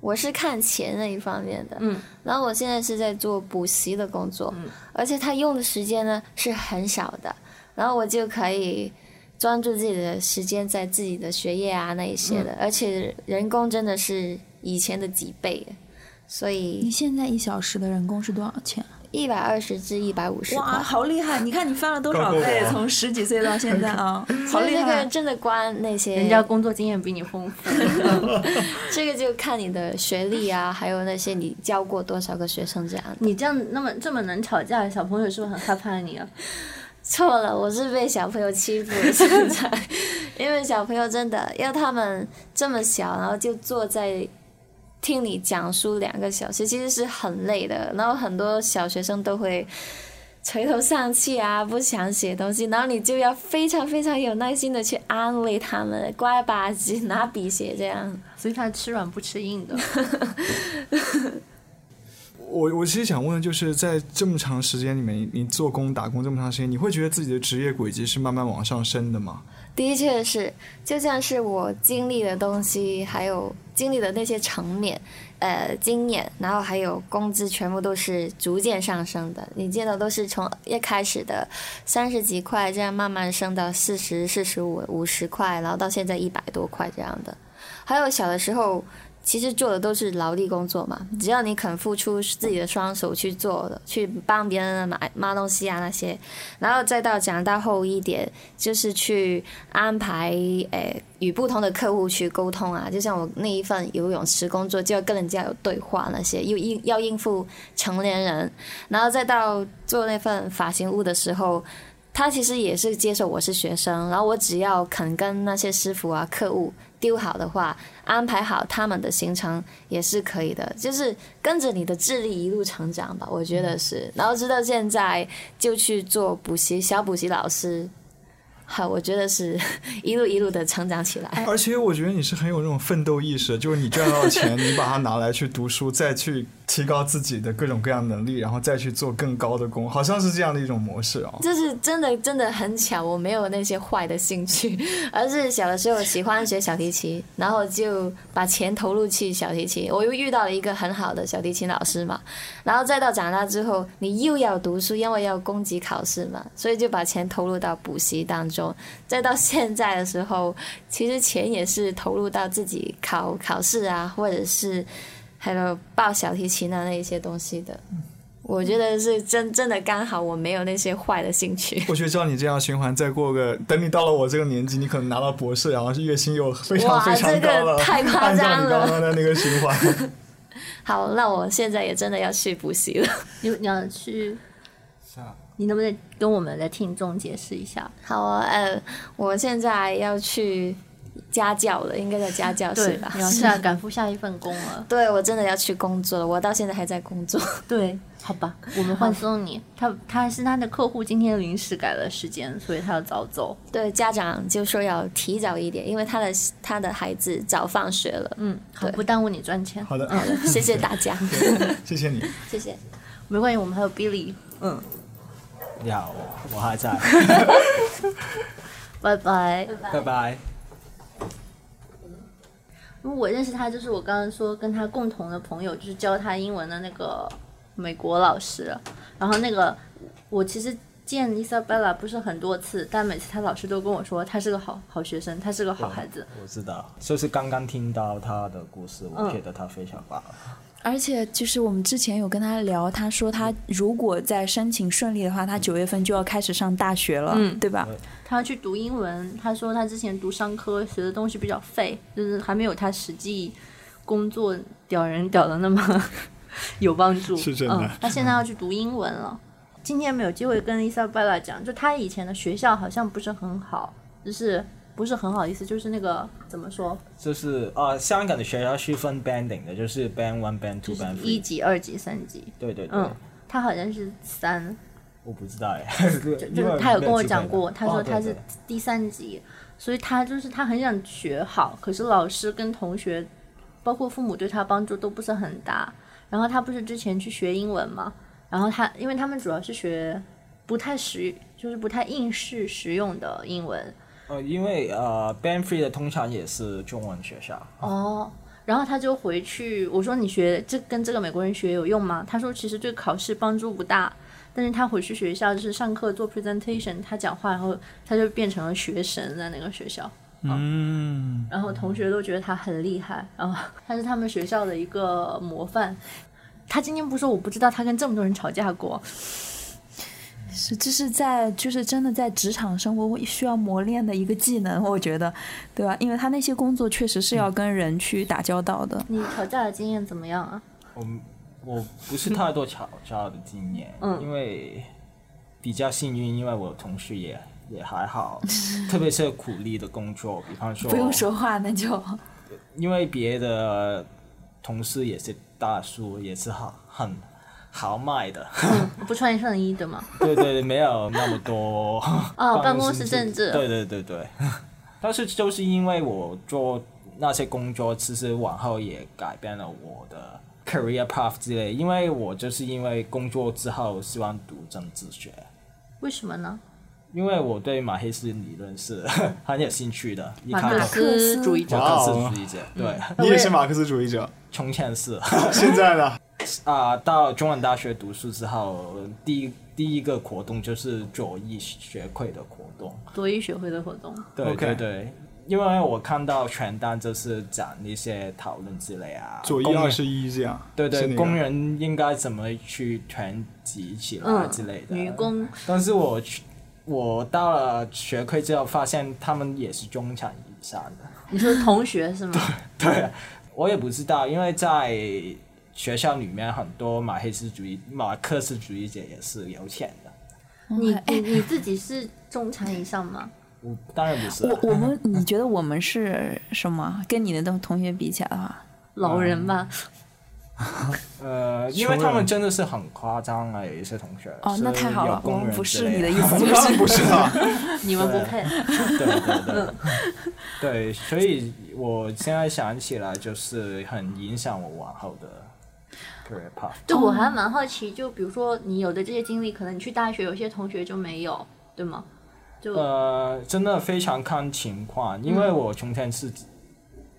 我是看钱那一方面的，
嗯，
然后我现在是在做补习的工作，
嗯
而且他用的时间呢是很少的，然后我就可以专注自己的时间在自己的学业啊那一
嗯
些的，而且人工真的是以前的几倍，所
你
以
现在一小时的人工是多少钱？
一百二十至一百五十
哇，
块。
好厉害！你看你翻了多
高
少
过我
倍，从十几岁到现在 (laughs) 啊，好
所以
厉
这个
害！
真的关那些
人家工作经验比你丰富，
这个就看你的学历啊，还有那些你教过多少个学生这样的。
你这样那么这么能吵架，小朋友是不是很害怕你啊？
错了，我是被小朋友欺负了现在， (laughs) 因为小朋友真的要他们这么小，然后就坐在听你讲述两个小时，其实是很累的。然后很多小学生都会垂头丧气啊，不想写东西，然后你就要非常非常有耐心的去安慰他们，乖吧唧， (laughs) 拿笔写这样。
(laughs) 所以他吃软不吃硬的。
我我其实想问的就是，在这么长时间里面，你你做工打工这么长时间，你会觉得自己的职业轨迹是慢慢往上升的吗？
的确是，就像是我经历的东西，还有经历的那些层面，呃，经验，然后还有工资，全部都是逐渐上升的。你见到都是从一开始的三十几块，这样慢慢升到四十、四十五、五十块，然后到现在一百多块这样的。还有小的时候，其实做的都是劳力工作嘛，只要你肯付出自己的双手去做的，去帮别人买买东西啊那些，然后再到长大后一点，就是去安排诶与不同的客户去沟通啊，就像我那一份游泳池工作，就要跟人家有对话那些，又应要应付成年人，然后再到做那份发型屋的时候。他其实也是接受我是学生，然后我只要肯跟那些师傅啊、客户丢好的话，安排好他们的行程也是可以的，就是跟着你的智力一路成长吧，我觉得是。然后直到现在就去做补习小补习老师，好，我觉得是 (laughs) 一路一路的成长起来。(laughs)
而且我觉得你是很有那种奋斗意识的，就是你赚到的钱，你把它拿来去读书，再去提高自己的各种各样的能力，然后再去做更高的工，好像是这样的一种模式啊、
就是真的真的很巧，我没有那些坏的兴趣，而是小的时候喜欢学小提琴，然后就把钱投入去小提琴。我又遇到了一个很好的小提琴老师嘛，然后再到长大之后，你又要读书，因为要供给考试嘛，所以就把钱投入到补习当中。再到现在的时候，其实钱也是投入到自己考考试啊，或者是还有报小提琴啊那一些东西的。我觉得是真真的刚好我没有那些坏的兴趣。 (laughs)
我觉得照你这样循环，再过个等你到了我这个年纪，你可能拿到博士，然后是月薪又非常
哇
非常
这
高
个
了，
太夸
按照
张
你
了
刚刚的那个循环，
好，那我现在也真的要去补习了。 (laughs)
你你要去
啊，
你能不能跟我们的听众解释一下？
好啊，呃，我现在要去家教了，应该叫家教是吧
你？要下赶赴下一份工了。
(laughs) 对，我真的要去工作了，我到现在还在工作。
(laughs) 对，好吧，我们换送你。他他是他的客户今天临时改了时间，所以他要早走。
对，家长就说要提早一点，因为他的他的孩子早放学了。 (laughs)
嗯，好，
对
不耽误你赚钱。
好的，
谢谢大家，
谢谢你。
谢谢。
没关系，我们还有 Billy。嗯，
你好，我我还在，
拜拜。
拜拜。
因为我认识他，就是我刚刚说跟他共同的朋友，就是教他英文的那个美国老师。然后那个我其实见 Isabella 不是很多次，但每次他老师都跟我说他是个好好学生，他是个好孩子。
我知道，就是刚刚听到他的故事，我
嗯
觉得他非常棒。
而且就是我们之前有跟他聊，他说
嗯
他如果在申请顺利的话，他九月份就要开始上大学了，
嗯
对吧？
他要去读英文，他说他之前读商科学的东西比较废，就是还没有他实际工作屌人屌的那么 (laughs) 有帮助。
是真的
嗯。他现在要去读英文了。今天没有机会跟 Isabella 讲，就他以前的学校好像不是很好，就是不是很好意思，就是那个怎么说，
就是啊、呃香港的学校是分 banding 的，就是 band one、band
就
two、
是
band
一
three。
级、二级、三级。
对对对，
嗯，他好像是三，
我不知道哎，
就
(laughs) 因为
是他有
没
跟我
机会
讲过，
嘛
他说
哦对
他
对
是第三级，所以他就是他很想学好，可是老师跟同学，包括父母对他帮助都不是很大。然后他不是之前去学英文嘛，然后他因为他们主要是学不太实，就是不太应试实用的英文
呃，因为呃，Band Three 的通常也是中文学校，
哦。然后他就回去，我说你学这跟这个美国人学有用吗？他说其实对考试帮助不大，但是他回去学校就是上课做 presentation，他讲话，然后他就变成了学神在那个学校。
嗯，
然后同学都觉得他很厉害，然后他是他们学校的一个模范。他今天不说，我不知道他跟这么多人吵架过。
是，这是在就是真的在职场生活会需要磨练的一个技能，我觉得，对吧？因为他那些工作确实是
嗯
要跟人去打交道的。
你吵架的经验怎么样啊？
我我不是太多吵架的经验，
嗯
因为比较幸运，因为我同事也也还
(laughs)
好，特别是苦力的工作，比方说
不用说话，
(laughs)
那就
因为别的同事也是大叔，也是很很豪迈的，
不穿上衣对吗？
对对，没有那么多
哦， (laughs) 办
办
公
公
室
室
政治。
对对对 (laughs) 对，但是就是因为我做那些工作，其实往后也改变了我的 career path 之类，因为我就是因为工作之后喜欢读政治学，
为什么呢？
因为我对马克思理论是 (laughs) 很有兴趣的，一
马
看
克
到
思主义
马
者。
克思主义
哦
者，对，
你也是马克思主义者，
从前是。
(laughs) 现在呢？
啊、到中文大学读书之后，第一第一个活动就是左翼学会的活动。
左翼学会的活动。
对
OK
对对，因为我看到传单就是讲一些讨论之类啊，
左
工
一
人
二十一这样，
对
是
对，
那个
工人应该怎么去团集起来
嗯
之类的。
女工。
但是我去我到了学会之后，发现他们也是中产以上的。
你说同
(laughs)
学是吗？
对，我也不知道，因为在学校里面很多马克思主义、马克思主义者也是有钱的。
你你你自己是中产以上吗？
我当然不是啊，
我我们，你觉得我们是什么？跟你的同同学比起来的话，
嗯
老
(laughs)
人吧。
呃，因
穷
为他
人
们真的是很夸张啊，有一些同学
哦，那
是
太好
有
了，我
工
们
人
不
之
是
类
你的
的
意
(laughs)
思，
当然不是啊，
你们不配。
对对对，对，所以我现在想起来就是很影响我往后的特别怕。
对，我还蛮好奇，就比如说你有的这些经历，可能你去大学，有些同学就没有，对吗？就、
呃，真的非常看情况，因为我从前是，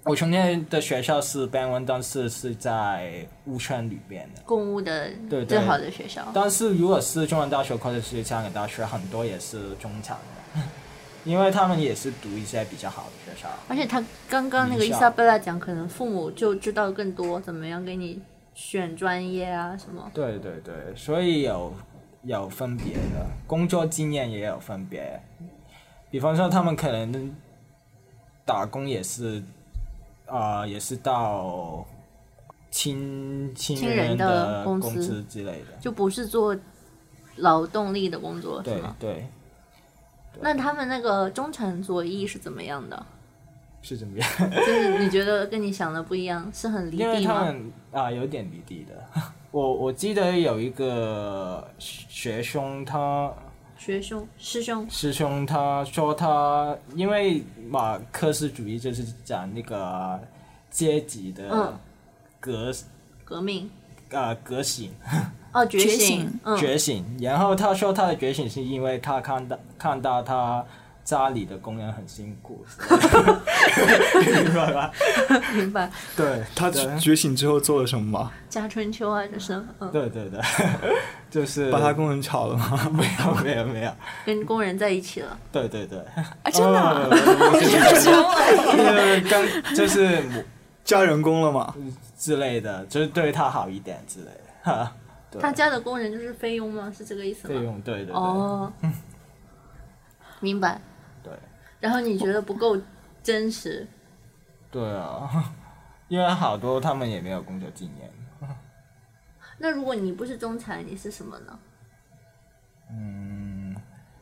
我从前的学校是 b a n 但是是在乌圈里边的。
共务的
对
最
对
好的学校，
但是如果是中文大学或者是香港大学，很多也是中产的， (laughs) 因为他们也是读一些比较好的学校。
而且他刚刚那个
名
伊
校
莎贝拉讲，可能父母就知道更多，怎么样给你选专业啊什么。
对对对，所以有有分别的，工作经验也有分别。比方说，他们可能打工也是，啊、也是到亲亲
亲人的
的
公
公
司
司之类的。
就不是做劳动力的工作，是
对
吗？
对，
那他们那个中产左翼是怎么样的？
是这么
(laughs)
样，
就是你觉得跟你想的不一样，是很离
因为
地
他
吗？
们啊、有点离地的。我我记得有一个学生，他
学兄、师兄，
师兄他说他因为马克思主义就是讲那个阶级的
嗯
革、
革命
呃革醒、
哦，觉
觉
醒，
醒
嗯，
觉醒，然后他说他的觉醒是因为他看到看到他家里的工人很辛
(laughs)
苦，明白吧？
明白。
对，
(laughs) 他
对
觉醒之后做了什么吗？
家春秋啊，这是，嗯，
对对 (laughs) 对，就是
把他工人炒了吗？ (laughs)
没有没有没有，
跟工人在一起了。
对对对，
啊，真
(laughs)
的啊、
呃不是不是就是跟 (laughs) 就是
加人工了吗？
之类的，就是对他好一点之类的。哈对
他家的工人就是菲佣吗？是这个意思
费
吗？
用，对对对、 (laughs)
哦，明白。
对
然后你觉得不够真实，
对啊， (laughs) 因为好多他们也没有工作经验。
那如果你不是中产，你是什么呢？
嗯，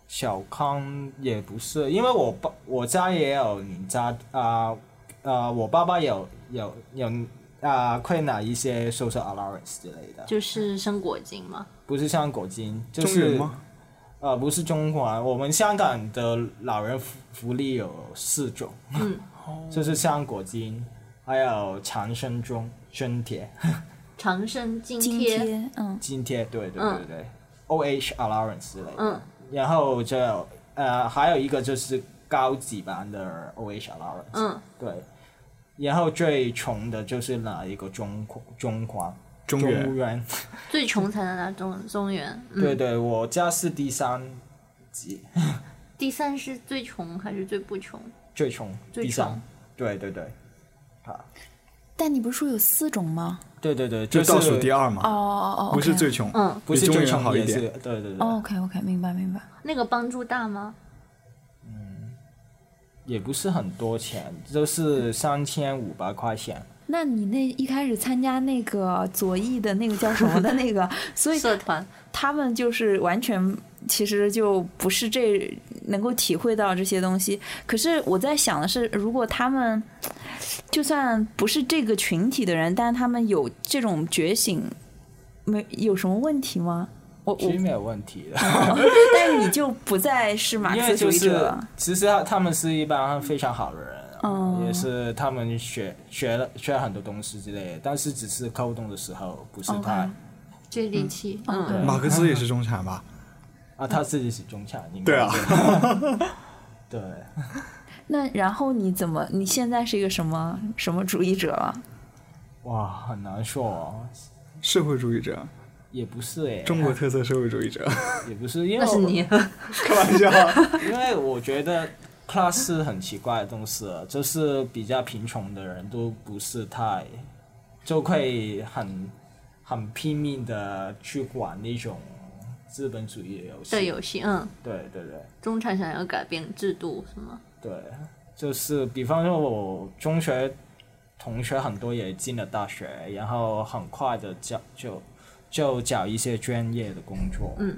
小康也不是，因为我爸我家也有你家啊啊、我爸爸有有有啊、会拿一些 social allowance 之类的，
就是生果金吗？
不是像果金，就
中
是
人吗？
呃不是中环，我们香港的老人福福利有四种，
嗯
(laughs) 就是像果金，还有长生中津贴。
长生津
津
贴，
贴，嗯，
津贴，对对
嗯
对对、o h allowance 之类的。
嗯
然后就有呃，还有一个就是高级版的 OH allowance，、
嗯，
对。然后最穷的就是拿一个中框中框
中
中
原
原，
最穷才能拿中中原。嗯、
对对，我家是第三级，
第三是最穷还是最不穷？
最穷，
最
第
穷
三，对对对，啊，
但你不是说有四种吗？
对对对，
就是倒数第二
哦
嘛，
哦哦，
不是最穷，
嗯，
不是
比中
最
原
穷
好一
也是
点
对对对，
OK OK，明白明白。
那个帮助大吗？
也不是很多钱，就是三千五百块钱，
那你那一开始参加那个左翼的那个叫什么的那 (laughs) 个，所以
社团
他们就是完全其实就不是这能够体会到这些东西。可是我在想的是，如果他们就算不是这个群体的人，但他们有这种觉醒，没有什么问题吗？我
其
我
实，没有问题的。 (laughs)
但你就不再是哦马
因
克
为
思
就
主义
是
者了。
其实他他们是一帮非常好的人啊，
哦
也是他们学学了学了很多东西之类的，但是只是沟通的时候不是他
哦 OK
接地气，
嗯
嗯，
马克思也是中产吧？
啊，他自己是中产，应该
对啊，
对，
那然后你怎么？你现在是一个什么什么主义者了？
哇，很难说、哦，
社会主义者，
也不是诶，
中国特色社会主义者，
也不是，因为
那是你。
开玩笑。
因为我觉得 class 是很奇怪的东西，就是比较贫穷的人都不是太，就会很很拼命的去玩那种资本主义的游戏。
的游戏，嗯，
对对对
中产想要改变制度是吗？
对，就是比方说我中学同学很多也进了大学，然后很快的找就就找一些专业的工作，
嗯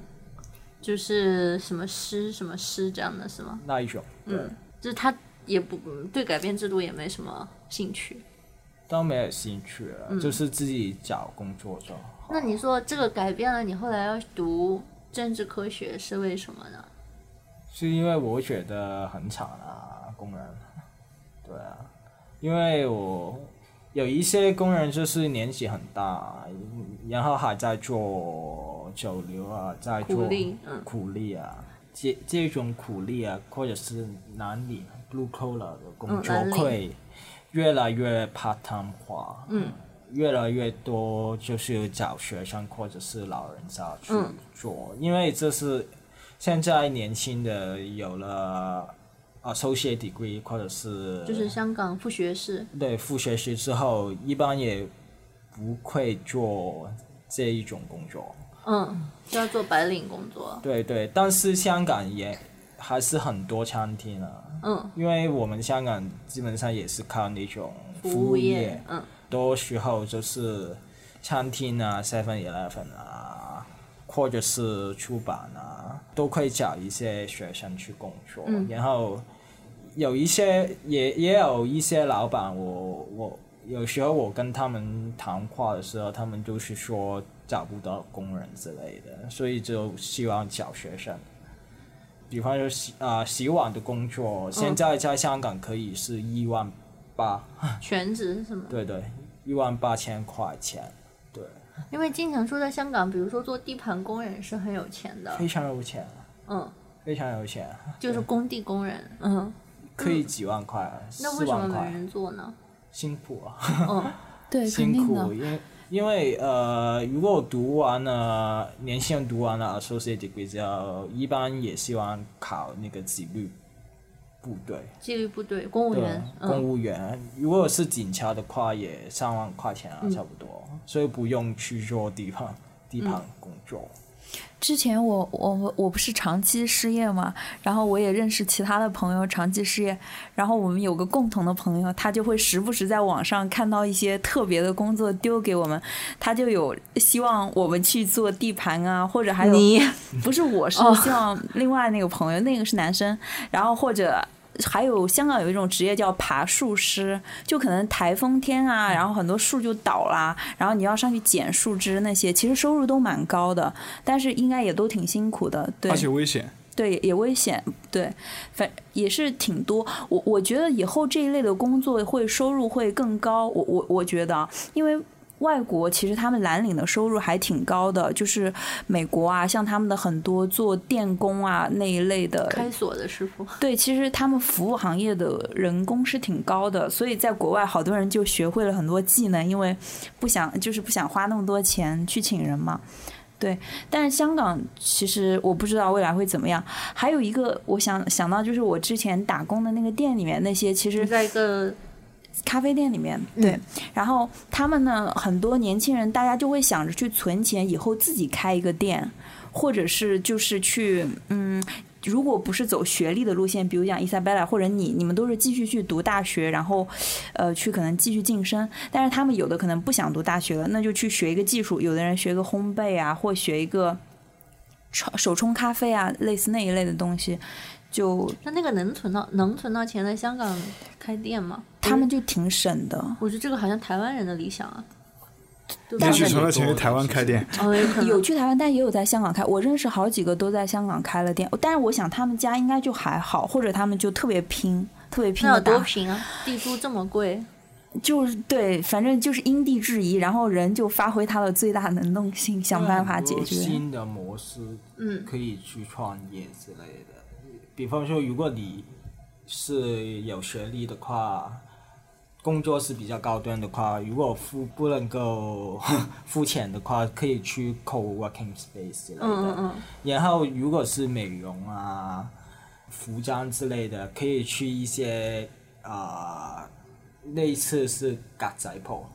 就是什么师什么师这样的是吗？
那一种，对，
嗯，就是他也不对改变制度也没什么兴趣。
都没有兴趣了，就是自己找工作就好。
那你说这个改变了，你后来要读政治科学是为什么呢？
是因为我觉得很惨啊，工人。对啊，因为我有一些工人就是年纪很大，然后还在做酒流啊，在做
苦力嗯
苦力啊，这这种苦力啊，或者是蓝领 blue collar 的工作
嗯蓝领
会越来越 part time 化，嗯，越来越多就是找学生或者是老人家去
嗯
做，因为这是现在年轻的有了呃 associate degree 或者是
就是香港副学士，
对副学士之后，一般也不会做这一种工作。
嗯，就要做白领工作，
对对，但是香港也还是很多餐厅啊，
嗯，
因为我们香港基本上也是靠那种
服
务
业，嗯，
多时候就是餐厅啊、Seven Eleven 啊，或者是出版啊，都会找一些学生去工作。然后有一些也也有一些老板，我我有时候我跟他们谈话的时候，他们就是说找不到工人之类的，所以就希望找学生。比方说洗啊、洗碗的工作，现在在香港可以是一万八、
全职是吗？
对对，一万八千块钱，对，
因为经常说在香港，比如说做地盘工人是很有钱的，
非常有钱，
嗯，
非常有钱，
就是工地工人，嗯，
可以几万块，
那
四
为什么
万
没
块，
人做呢？
辛苦啊，
嗯，
对，肯
辛
定
苦，
的。
因为因为呃，如果读完了年限读完了 associate degree 之后，一般也希望考那个纪律部队，
纪律部队公务
对
员
啊，，公
嗯，
务员，如果是警察的话，也三万块钱
嗯
啊，差不多，所以不用去做地盘地盘工作。
之前我我我不是长期失业嘛，然后我也认识其他的朋友长期失业，然后我们有个共同的朋友，他就会时不时在网上看到一些特别的工作丢给我们，他就有希望我们去做地盘啊，或者还有
你
不是我是希望另外那个朋友，那个是男生，然后或者。还有香港有一种职业叫爬树师，就可能台风天啊，然后很多树就倒啦，然后你要上去捡树枝那些，其实收入都蛮高的，但是应该也都挺辛苦的，对
而且危险。
对，也危险，对，反也是挺多。我我觉得以后这一类的工作会收入会更高，我我我觉得啊，因为。外国其实他们蓝领的收入还挺高的，就是美国啊，像他们的很多做电工啊那一类的，
开锁的师
(laughs)
傅，
对，其实他们服务行业的人工是挺高的，所以在国外好多人就学会了很多技能，因为不想就是不想花那么多钱去请人嘛。对，但是香港其实我不知道未来会怎么样。还有一个我想想到就是我之前打工的那个店里面那些，其实
你在一个
咖啡店里面，对，然后他们呢，很多年轻人大家就会想着去存钱，以后自己开一个店，或者是就是去嗯。如果不是走学历的路线，比如讲伊莎贝拉或者你，你们都是继续去读大学，然后，呃，去可能继续晋升。但是他们有的可能不想读大学了，那就去学一个技术。有的人学一个烘焙啊，或学一个冲手冲咖啡啊，类似那一类的东西，就
那那个能存到能存到钱在香港开店吗？
他们就挺省的。
我觉得这个好像台湾人的理想啊，对吧
(laughs) 也
但
许
是
存了钱去台湾开店，
哦，有可能
有去台湾，但也有在香港开。我认识好几个都在香港开了店，但是我想他们家应该就还好，或者他们就特别拼，特别拼
那有
的
多
打，
平啊？地租这么贵，
就是对，反正就是因地制宜，然后人就发挥他的最大能动性，想办法解
很多
决。
新的模式，
嗯
可以去创业之类的。比方说，如果你是有学历的话，工作是比较高端的话，如果付不能够 (laughs) 付钱的话，可以去 co-working space 之类的。
嗯嗯嗯，
然后，如果是美容啊、服装之类的，可以去一些啊、类似是格仔铺，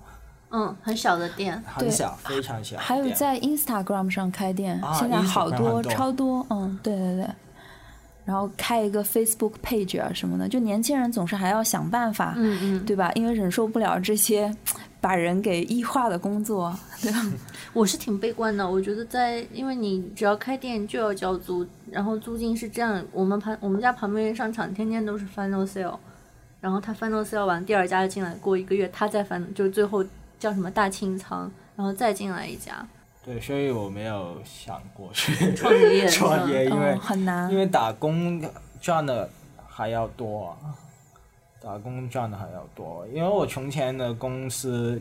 嗯，很小的店，
很小，非常小的店。
还有在 Instagram 上开店，
啊
现在好
Instagram
多
很多
超多，嗯，对对对。然后开一个 Facebook page 啊什么的，就年轻人总是还要想办法，
嗯嗯，
对吧？因为忍受不了这些 (laughs) 把人给异化的工作，对吧？
我是挺悲观的。我觉得在，因为你只要开店就要交租，然后租金是这样，我们旁我们家旁边商场天天都是 final sale，然后他 final sale 完，第二家进来过一个月，他再翻，就是最后叫什么大清仓，然后再进来一家
对，所以我没有想过去
创业，哦
创业，因为、
嗯，很难
因。为打工赚的还要多啊。打工赚的还要多，因为我从前的公司，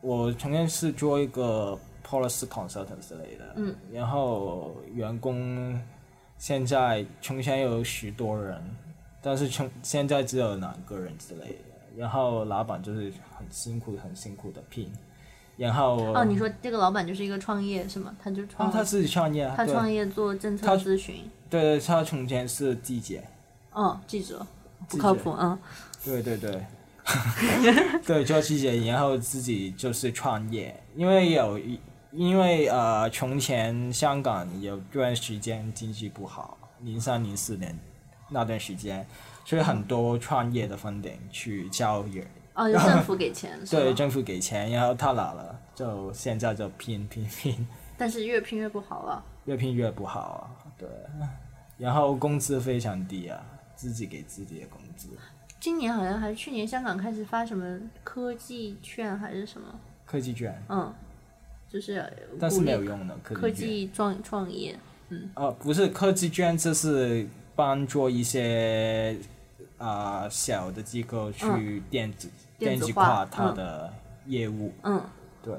我从前是做一个 policy consultant 之类的，嗯，然后员工现在从前有许多人，但是从现在只有两个人之类的，然后老板就是很辛苦很辛苦的拼，然后
哦，你说这个老板就是一个创业是吗？他就创、
啊他自己创业啊，
哦他
对
创业做政策
他
咨询，
对对，他从前是季姐，
哦，记者不
记
靠
者
谱啊。
对对
(laughs)
对，对，做季姐，然后自己就是创业，因为有一，因为呃，从前香港有段时间经济不好，零三零四年那段时间，所以很多创业的 funding 去教育， (laughs)
哦，就政府给钱是
对
吗？
政府给钱，然后他拿了，就现在就拼拼拼，
但是越拼越不好了。
越拼越不好啊，对，然后工资非常低啊，自己给自己的工资。
今年好像还是去年，香港开始发什么科技券还是什么，
科技券，
嗯，就是
但是
鼓
没有
励
用的科
科
技券。
技创创业。
呃，不是科技券，就是帮助一些啊、呃小的机构去电子、
嗯电子
子
化
化它
嗯
的业务。
嗯，
对，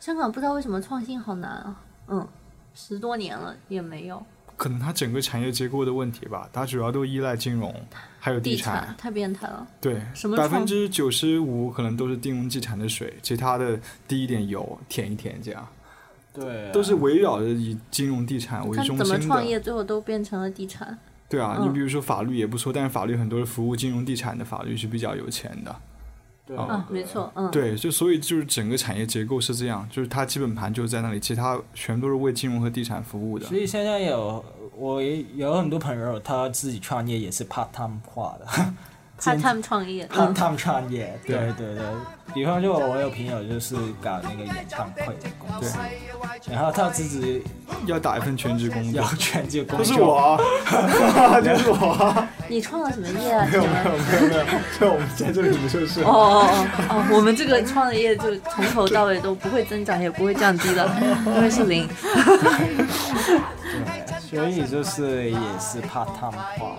香港不知道为什么创新好难啊，嗯，十多年了也没有
可能它整个产业结构的问题吧，它主要都依赖金融，还有
地
产。
产太变态了。
对，
什么
百
创
分之九十五可能都是金融地产的水，其他的滴一点油，舔一舔这样，
对、
都是围绕着以金融地产为
嗯看
中
怎么
心
创业，
的。
最后都变成了地产。
对啊，
嗯
你比如说法律也不错，但是法律很多是服务金融地产的法律是比较有钱的。
对、
啊
啊，没。错，嗯，
对，就所以就是整个产业结构是这样，就是它基本盘就是在那里，其他全都是为金融和地产服务的
所。以现在有我也有很多朋友，他自己创业也是 part time 化的
怕他们创业，
，part
嗯，
time 创业。对对对，比方说我有朋友就是搞那个演唱会的工作，然后他自己
要打一份全职工
有 (laughs)
作，(laughs)
全职工
不
作。
是我啊， (laughs) 就是我啊，
你创了什么业啊？请问
(laughs) 就我们在这里不就是 (laughs)
哦哦哦哦，我们这个创业就从头到尾都不会增长，也不会降低的，因为是零。
所以就是也是怕他们化，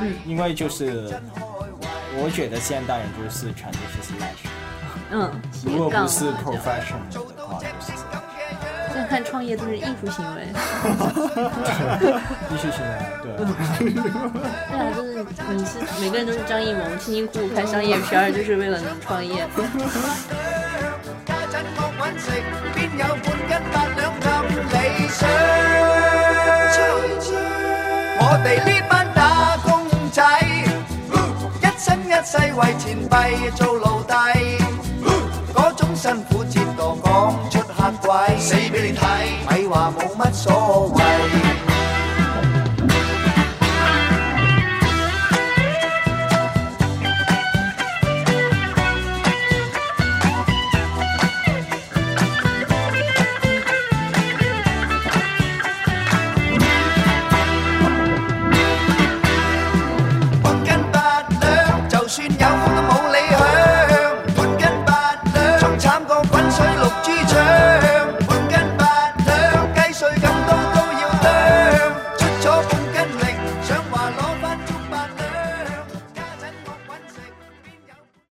嗯，因为就是我觉得现代人就是全都是 slash，
嗯，
如果
斜杠
不。是 professional 的话，就是
现在看创业都是艺术行为，
必须是那样对，啊
对啊，就是你是每个人都是张艺谋，辛辛苦苦拍商业片儿，就是为了能创业。
辛苦折墮，講出嚇鬼，死俾你睇，咪話冇乜所謂。